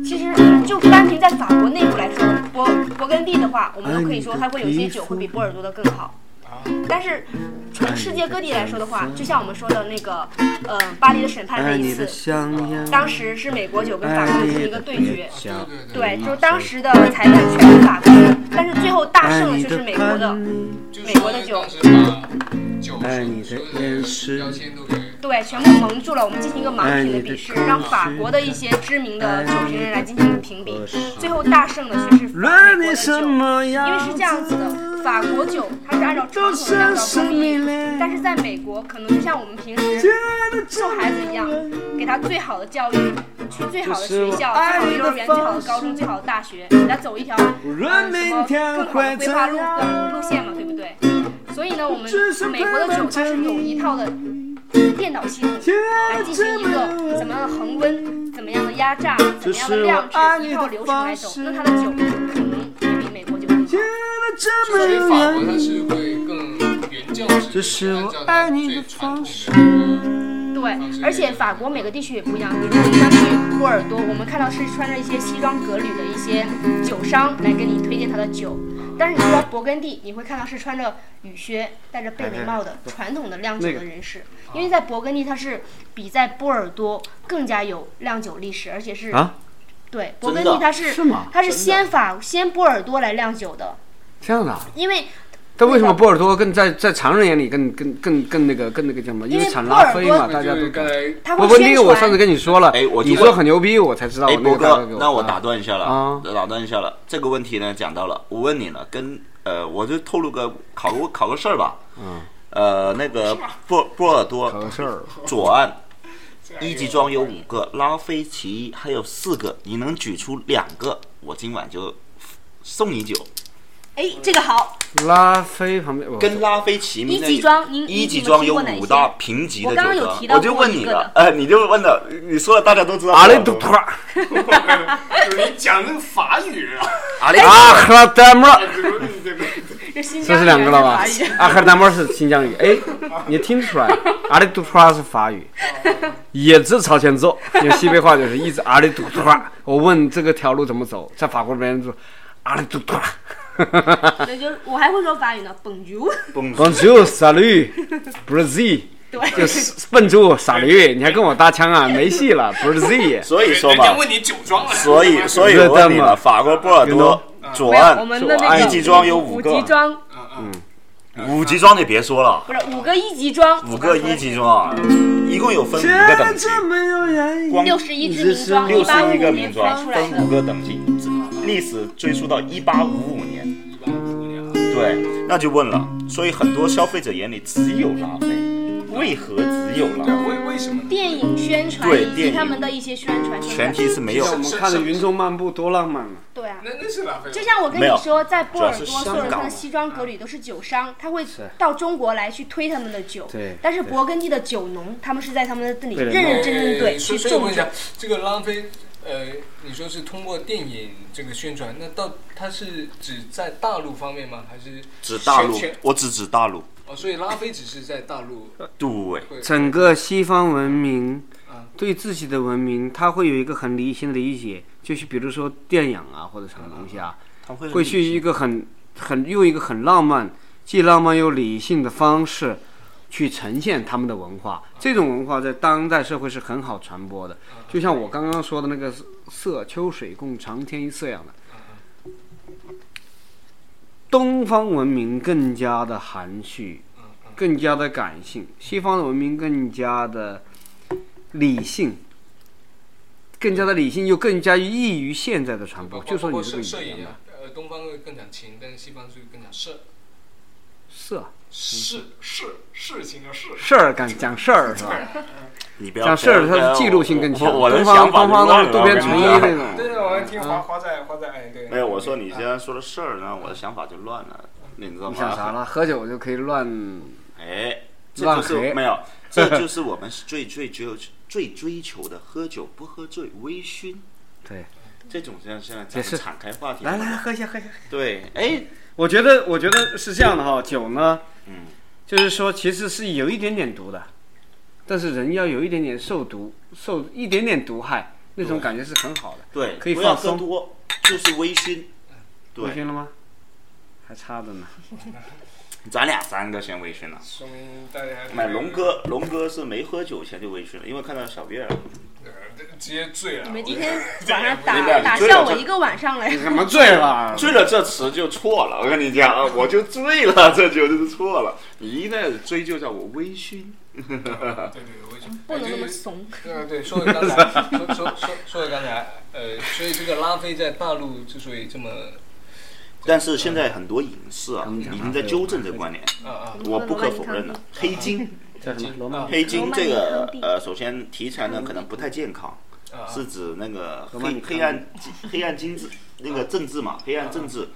S3: 其实就单凭在法国内部来说，勃勃艮第的话，我们都可以说它会有一些酒会比波尔多的更好。但是从世界各地来说的话，就像我们说的那个，呃，巴黎的审判那
S1: 爱
S3: 一
S1: 你
S3: 次
S1: 的，香烟，
S3: 当时是美国酒跟法国酒是一个对决，
S1: 想
S3: 对，就当时的裁判全是法国人，但是最后大胜的却是美国的，
S2: 就是
S3: 美国的酒
S2: 当时把酒
S1: 爱哎你的
S2: 所有
S1: 眼神
S2: 标签都给
S3: 对，全部蒙住了。我们进行一个盲品的比试，让法国的一些知名的酒评人来进行评比，最后大胜的却是美
S1: 爱
S3: 国
S1: 你
S3: 的
S1: 什
S3: 酒。
S1: 么
S3: 因为
S1: 样
S3: 是这样子的，法国酒它是按照传统的酿造工艺，但是在美国可能就像我们平时送孩子一样，给他最好的教育，去最好的学校、最好的幼儿园、最好的高中、最好的大学，给他走一条嗯什么更好的规划路呃路线嘛，对不对？所以呢，我们美国的酒它是有一套的电脑系统来进行一个怎么样的恒温、怎么样的压榨、怎么样的量制一套流程来走，那它的酒可能也比美国酒更好。
S2: 所以法国它是会更原教旨，
S1: 这是我爱你的方式
S2: 按照它最传统的
S3: 对，
S4: 嗯
S3: 而且法国每个地区也不一样，比如我们像去波尔多，我们看到是穿着一些西装革履的一些酒商来给你推荐他的酒，但是你到勃艮第，你会看到是穿着雨靴、戴着贝雷帽
S4: 哎
S3: 的传统的酿酒的人士，
S4: 啊
S3: 因为在勃艮第它是比在波尔多更加有酿酒历史，而且是
S1: 啊？
S3: 对，勃艮
S4: 真的
S3: 第它是
S1: 是吗
S3: 它是先法先波尔多来酿酒的，
S1: 这样的啊。
S3: 因为
S1: 但为什么波尔多更在在常人眼里更更更更那个更那个叫什么？因为产
S3: 波尔
S1: 拉菲嘛，
S3: 多
S1: 大家
S2: 就是
S1: 都
S2: 刚才
S3: 它
S1: 我
S3: 会
S1: 不那
S3: 宣
S1: 个我上次
S3: 传。
S1: 跟你说了，
S4: 哎我就
S1: 你说很牛逼，我才知道。
S4: 哎，
S1: 那
S4: 波
S1: 个大哥
S4: 哥
S1: 给，
S4: 那我
S1: 发
S4: 打断一下了，
S1: 啊
S4: 打断一下了。这个问题呢，讲到了，我问你了，跟呃，我就透露个考个考个事儿吧。
S1: 嗯。
S4: 呃，那个波波尔多
S1: 搞个事儿，
S4: 左岸一级庄有五个，拉菲奇一还有四个，你能举出两个，我今晚就送你酒。
S3: 哎，这个好，
S1: 拉菲旁边我
S4: 跟拉菲齐名的
S3: 一级庄您
S4: 一级
S3: 你
S4: 庄
S3: 们
S4: 有
S3: 听过哪些
S4: 五大评级的
S3: 我
S4: 酒
S3: 刚刚有
S4: 庄
S3: 提，到
S4: 我就
S3: 过
S4: 问
S3: 一
S4: 你
S3: 个
S4: 了
S3: 的，
S4: 呃，你就问了，你说了大家都知道。
S1: 阿雷杜托尔，
S2: 就是你讲那个法语啊，
S4: 阿雷啊
S1: 阿克拉德莫尔，
S2: 这个这个
S3: 这新
S1: 这
S3: 疆
S1: 是两个了吧
S3: 语言是法语？
S1: 阿克纳莫是新疆语， 哎，你听出来，阿里杜拉是法语，也是朝前走，用西北话就是一直阿里杜拉。我问这个条路怎么走，在法国别人说阿里杜拉。
S3: 对，就是我还会说法语呢，Bonjour，
S4: 蹦
S1: Bonjour, salut, Brazil，就是 笨猪傻驴，你还跟我搭腔啊？没戏了，Brazil。
S4: 所以说
S2: 人家
S4: 嘛，
S2: 问你酒庄啊了，
S4: 所以所以我问你了，法国波尔多左
S3: 没有
S4: 岸
S3: 我们的那
S4: 一
S3: 个
S4: 级庄有五
S3: 五
S4: 个
S3: 级，庄，
S2: 嗯嗯，
S4: 五级庄你别说了，
S3: 不是五个一级庄，
S4: 五个一级庄，一共有分五个等级，
S1: 没有人
S4: 光
S3: 六十一支名庄，
S4: 六
S3: 一
S4: 十
S3: 八
S4: 一
S3: 五
S4: 个
S3: 五
S4: 名
S3: 年
S4: 庄
S3: 分出来
S4: 分五
S3: 的。
S4: 个等级，历史追溯到一八五五年。
S2: 一般姑娘
S4: 对，那就问了，所以很多消费者眼里只有拉菲，为何只有
S2: 对，
S4: 拉菲？
S2: 为为什么呢？
S3: 电影宣传
S4: 对
S3: 以
S4: 电
S3: 及
S4: 影
S3: 他们的一些宣传手
S4: 前
S3: 段，
S4: 提是没有
S1: 像我们看的《云中漫步》多浪漫啊！
S3: 对啊。
S2: 那那是拉菲，
S3: 就像我跟
S4: 没有
S3: 你说，在波尔
S4: 主
S3: 多，
S4: 要是香
S3: 所有人
S4: 港
S3: 看的西装革履都是酒商，他会到中国来去推他们的酒
S1: 对。
S3: 但是勃艮第的酒农，他们是在他们这里
S1: 对
S3: 认认真真
S2: 哎
S3: 对
S2: 所
S3: 去
S2: 以所以我
S3: 种
S2: 问一
S3: 植
S2: 下。，这个拉菲，呃，你说是通过电影这个宣传，那到它是只在大陆方面吗？还是
S4: 指大陆
S2: 全全，
S4: 我只指大陆。
S2: 哦，所以拉菲只是在大陆
S4: 对，
S2: 会
S1: 整个西方文明
S2: 啊
S1: 对自己的文明，它会有一个很理性的理解，就是比如说电影啊或者什么东西啊，
S4: 他会
S1: 会去一个很很用一个很浪漫、既浪漫又理性的方式去呈现他们的文化。这种文化在当代社会是很好传播的，就像我刚刚说的那个“色秋水共长天一色”一样的。东方文明更加的含蓄，更加的感性；西方的文明更加的理性，更加的理性又更加易于现在的传播。就说
S2: 包
S1: 你
S2: 括
S1: 这个
S2: 摄
S1: 语
S2: 摄
S1: 言
S2: 影
S1: 嘛
S2: 啊，呃，东方会更讲情，但是西方是更讲事，
S1: 是啊，
S2: 事事事情的事。
S1: 事儿敢讲事儿是吧？
S4: 你不要
S1: 讲事儿
S4: 不要
S1: 它记录性更强。
S4: 我我的
S1: 东
S4: 想
S1: 方
S4: 法
S1: 东方都是渡边淳一
S4: 那
S1: 那
S4: 种。
S1: 种。
S2: 对，我听华华仔华仔，哎，对。
S4: 没有，我说你现在说的事儿呢，我的想法就乱了，你知道
S1: 你
S4: 吗？
S1: 想啥了？喝酒就可以乱，
S4: 哎，这
S1: 乱
S4: 就是
S1: 黑
S4: 没有，这 就是我们最最追最追求的，喝酒不喝醉，微醺
S1: 对，
S4: 这种现在现在
S1: 也
S4: 咱
S1: 是
S4: 们敞开话题。
S1: 来来，喝一下喝一下。
S4: 对，哎，
S1: 我觉得我觉得是这样的哈，酒呢，
S4: 嗯，
S1: 就是说其实是有一点点毒的，但是人要有一点点受毒，受一点点毒害，那种感觉是很好的。
S4: 对，
S1: 可以
S4: 不要
S1: 放
S4: 喝
S1: 松嗯
S4: 多，就是微醺。
S1: 微
S4: 对，
S1: 醺了吗？还差着呢。
S4: 咱俩三个先微醺了。
S2: 说明大家
S4: 买龙，哥，龙哥是没喝酒前就微醺了，因为看到小月了。
S2: 呃直接醉了。
S3: 你们今天晚上
S4: 对对
S3: 打
S4: 对
S3: 打
S4: 对对
S3: 笑我一个晚上嘞
S4: 嗯
S1: 你，怎么醉了？
S4: 醉了这词就错了，我跟你讲啊，我就醉了，这就就是错了。你一定要追究叫我微醺。
S2: 对对对，我也觉得
S3: 不能那么
S2: 哎就是
S3: 怂。
S4: 嗯
S2: 对对，说回刚才，说说说说回刚才，呃，所以这个拉菲在大陆之所以这么，
S4: 但是现在很多影视啊，
S1: 嗯
S4: 已经在纠正这个观念，
S2: 啊啊，
S4: 我不可否认了。黑金，
S1: 叫什么？罗曼
S2: 啊
S1: 尼
S4: 黑金这
S3: 罗
S4: 个
S3: 曼尼康帝
S4: 呃，首先题材呢可能不太健康，
S2: 啊啊
S4: 是指那个
S1: 罗曼
S4: 黑
S1: 尼康帝
S4: 黑暗黑暗经济那个政治嘛，黑暗政治。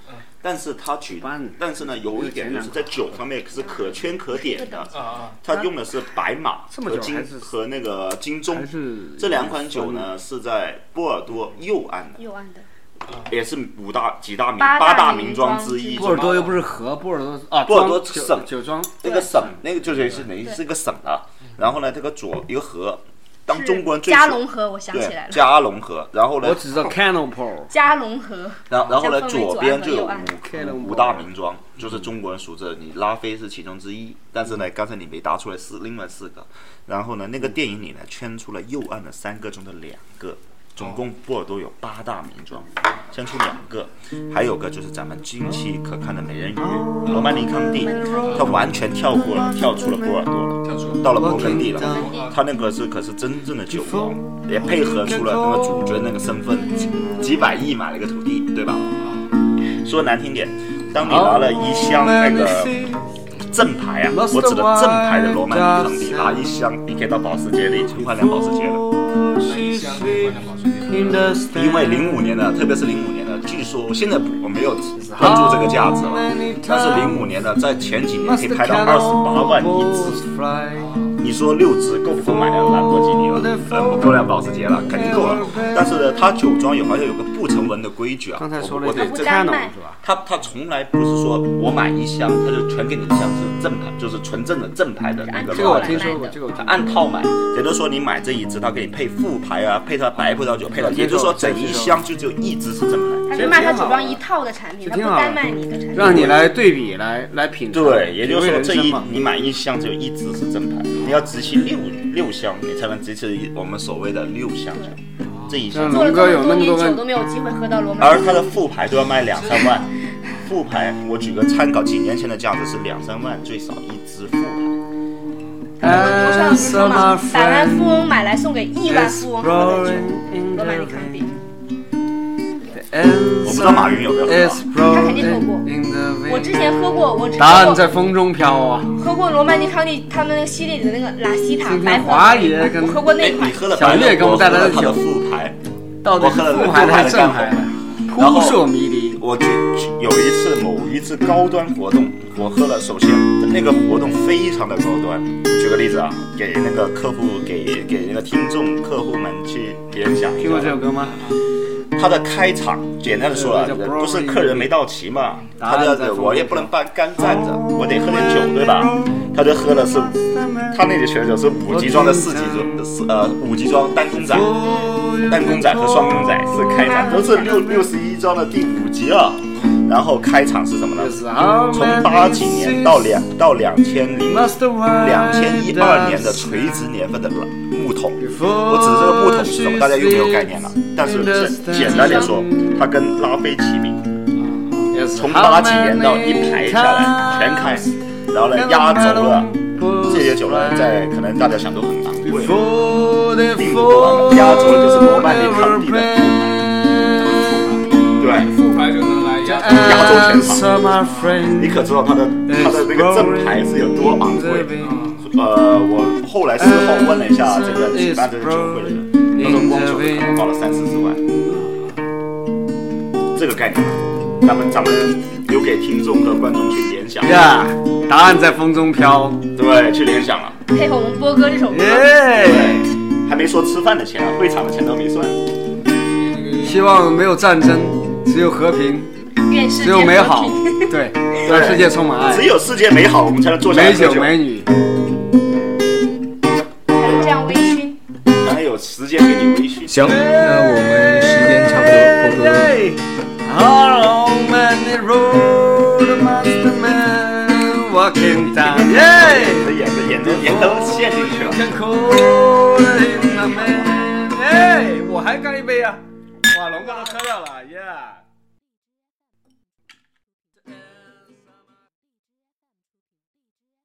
S4: 但是他举
S1: 班，
S4: 但是呢，有一点就是在酒方面是可圈可点的。
S2: 啊啊，
S4: 他用的是白马
S1: 这么
S4: 和
S1: 久
S4: 金
S1: 还是
S4: 和那个金钟
S1: 还是
S4: 这两款酒呢，是在波尔多右岸的，
S3: 右岸的，
S4: 也是五大几大名
S3: 八大
S4: 八大
S3: 名
S4: 名庄
S3: 庄之
S4: 之一
S3: 一。
S1: 波尔多又不是河，波尔多啊，
S4: 波尔多
S1: 庄酒
S4: 省
S1: 酒庄，
S4: 那个省，那个就是是等于是一个省了。然后呢，这个左一个河，当中国人
S3: 是
S4: 最喜
S3: 加
S4: 欢
S3: 龙河，我想起来
S4: 对
S3: 了，
S4: 加龙河，然后
S1: 我
S4: 呢，
S1: 只知道 Canopor，
S3: 加龙河。
S4: 然后然后呢，
S3: 将分为
S4: 左边就有
S3: 左岸和
S1: 右岸
S4: 五五大名庄，就是中国人熟知的，你拉菲是其中之一。但是呢，刚才你没答出来是另外四个。然后呢，那个电影里呢，圈出了右岸的三个中的两个，总共波尔多有八大名庄，圈出两个，还有个就是咱们近期可看的《美人鱼》，罗曼尼康帝，他完全跳过了，跳出了波尔多了。
S2: 跳出
S4: 到了勃艮第了，
S2: 啊
S4: 他那个是可是真正的酒王，也配合出了那个主角那个身份，几几百亿买了一个土地，对吧？说难听点，当你拿了一箱嗯那个正牌啊，我指的正牌的罗曼尼康帝，拿一箱，你可以到保时捷里去换辆保时捷了。
S2: 那一箱可以换成保时捷。
S4: 因为零五年的，特别是零五年的，据说现在我没有关注这个价值了，但是零五年的在前几年可以拍到二十八万一只。
S1: 只。
S4: 你说六支够不够买辆兰博基尼了？
S1: 呃
S4: 不够辆保时捷了，肯定够了。但是呢，它酒庄有好像有个不成文的规矩啊，
S1: 刚才说了
S4: 我
S1: 一
S4: 得
S1: 个
S3: 我
S4: 这
S3: 得
S1: Tecano 是吧？
S4: 他他从来不是说我买一箱，他就全给你一箱是正牌，就是纯正的正牌的那个
S1: 这个我
S4: 老
S1: 听
S4: 牌。
S1: 说过，这个我
S4: 他
S1: 听
S4: 按套买，也就是说你买这一支，他给你配副牌啊，配他白葡萄酒，配他，
S1: 嗯
S4: 也就是说整一箱就只有一支是正牌。
S3: 他只卖他酒庄一套的产品，
S1: 这
S3: 他
S1: 挺
S3: 不
S1: 好
S3: 单卖你的产品。
S1: 让你来对比，来来品尝，
S4: 对，也就是说这
S1: 品味人
S4: 一
S1: 生嘛
S4: 你买一箱只有一支是正牌，你要集齐六六箱，你才能集齐我们所谓的六箱酒，这一箱
S1: 嗯。
S3: 做了这
S1: 龙哥有
S3: 么
S1: 那
S3: 多
S1: 么多
S3: 年
S1: 问
S3: 酒都没有机会喝到罗马
S4: 而它的副牌都要卖两三万，副牌我举个参考，几年前的价值是两三万最少一支副牌。
S3: 我上次说嘛，百万富翁买来送给亿万富翁喝的酒，罗马尼康帝。
S4: 我不知道马云有没有喝啊
S3: 他肯定喝过我之前喝过，我只
S1: 答案
S3: 喝
S1: 在
S3: 过
S1: 风中飘啊！
S3: 喝过罗曼尼康帝他们那个系列里的那个拉西塔
S1: 今天
S3: 白葡
S1: 华
S3: 萄酒
S1: 爷跟
S3: 我喝过那
S4: 哎，
S3: 款
S4: 你。喝了
S1: 小
S4: 白
S1: 月
S4: 的，
S1: 给我们
S4: 我喝
S1: 带来
S4: 了
S1: 的
S4: 他的
S1: 酒
S4: 副牌。
S1: 到底是副牌的还是正牌的？扑朔迷离。
S4: 我去有一次某一次高端活动，我喝了，首先那个活动非常的高端。我举个例子啊，给那个客户给给那个听众客户们去联想一
S1: 听过这
S4: 下
S1: 首，歌吗？
S4: 他的开场简单的说啊
S1: 这个，叫
S4: 不是客人没到齐嘛，
S1: 答
S4: 他
S1: 案在
S4: 的
S1: 风
S4: 我也
S1: 中
S4: 不能半干站着，我得喝点酒对吧？他就喝了是，他那里选手是五级装的四级装，四呃五级装单公仔。弹公仔和双公仔是开
S1: 嗯
S4: 场，都是六六十一章的第五集了。然后开场是什么呢？从八几年到两到两千零两千一二年的垂直年份的木桶，我指的这个木桶
S1: Oh,
S4: 是什么？大家又没有概念了。但是这简单点说，它跟拉菲齐名，从八几年到一排下来全开，然后呢压轴了这些酒呢，在可能大家想都很昂贵。并不多，压轴的就是罗曼尼康帝的，对。
S2: 副牌就能来压。
S4: 亚洲全你可知道它的它的那个正牌是有多昂贵？呃，我后来事后问了一下这个举办这个酒会的人，他说光酒可能花了三四十万，这个概念，咱们咱们留给听众和观众去联想，
S1: 呀，答案在风中飘。
S4: 对，去联想了，
S3: 配合我们波哥这首歌，
S1: 哎耶！
S4: 对，还没说吃饭的钱啊，会场的钱都没算，
S1: 希望没有战争，只有和平，
S3: 愿世
S1: 只
S3: 界
S1: 有美好
S3: 和平。。
S1: 对，让世界充满
S4: 只
S1: 爱，
S4: 有世界美好，我们才能坐下来
S1: 美
S4: 喝
S1: 哎酒
S4: 酒，
S1: 美女。
S3: 还有这样微醺，
S4: 哪有时间给你微醺？
S5: 行，那我们时间差不多，波哥。
S4: 你的眼睛眼睛眼都陷进去了。
S1: 啊我还干一杯呀！哇，龙哥都喝掉了，耶、yeah！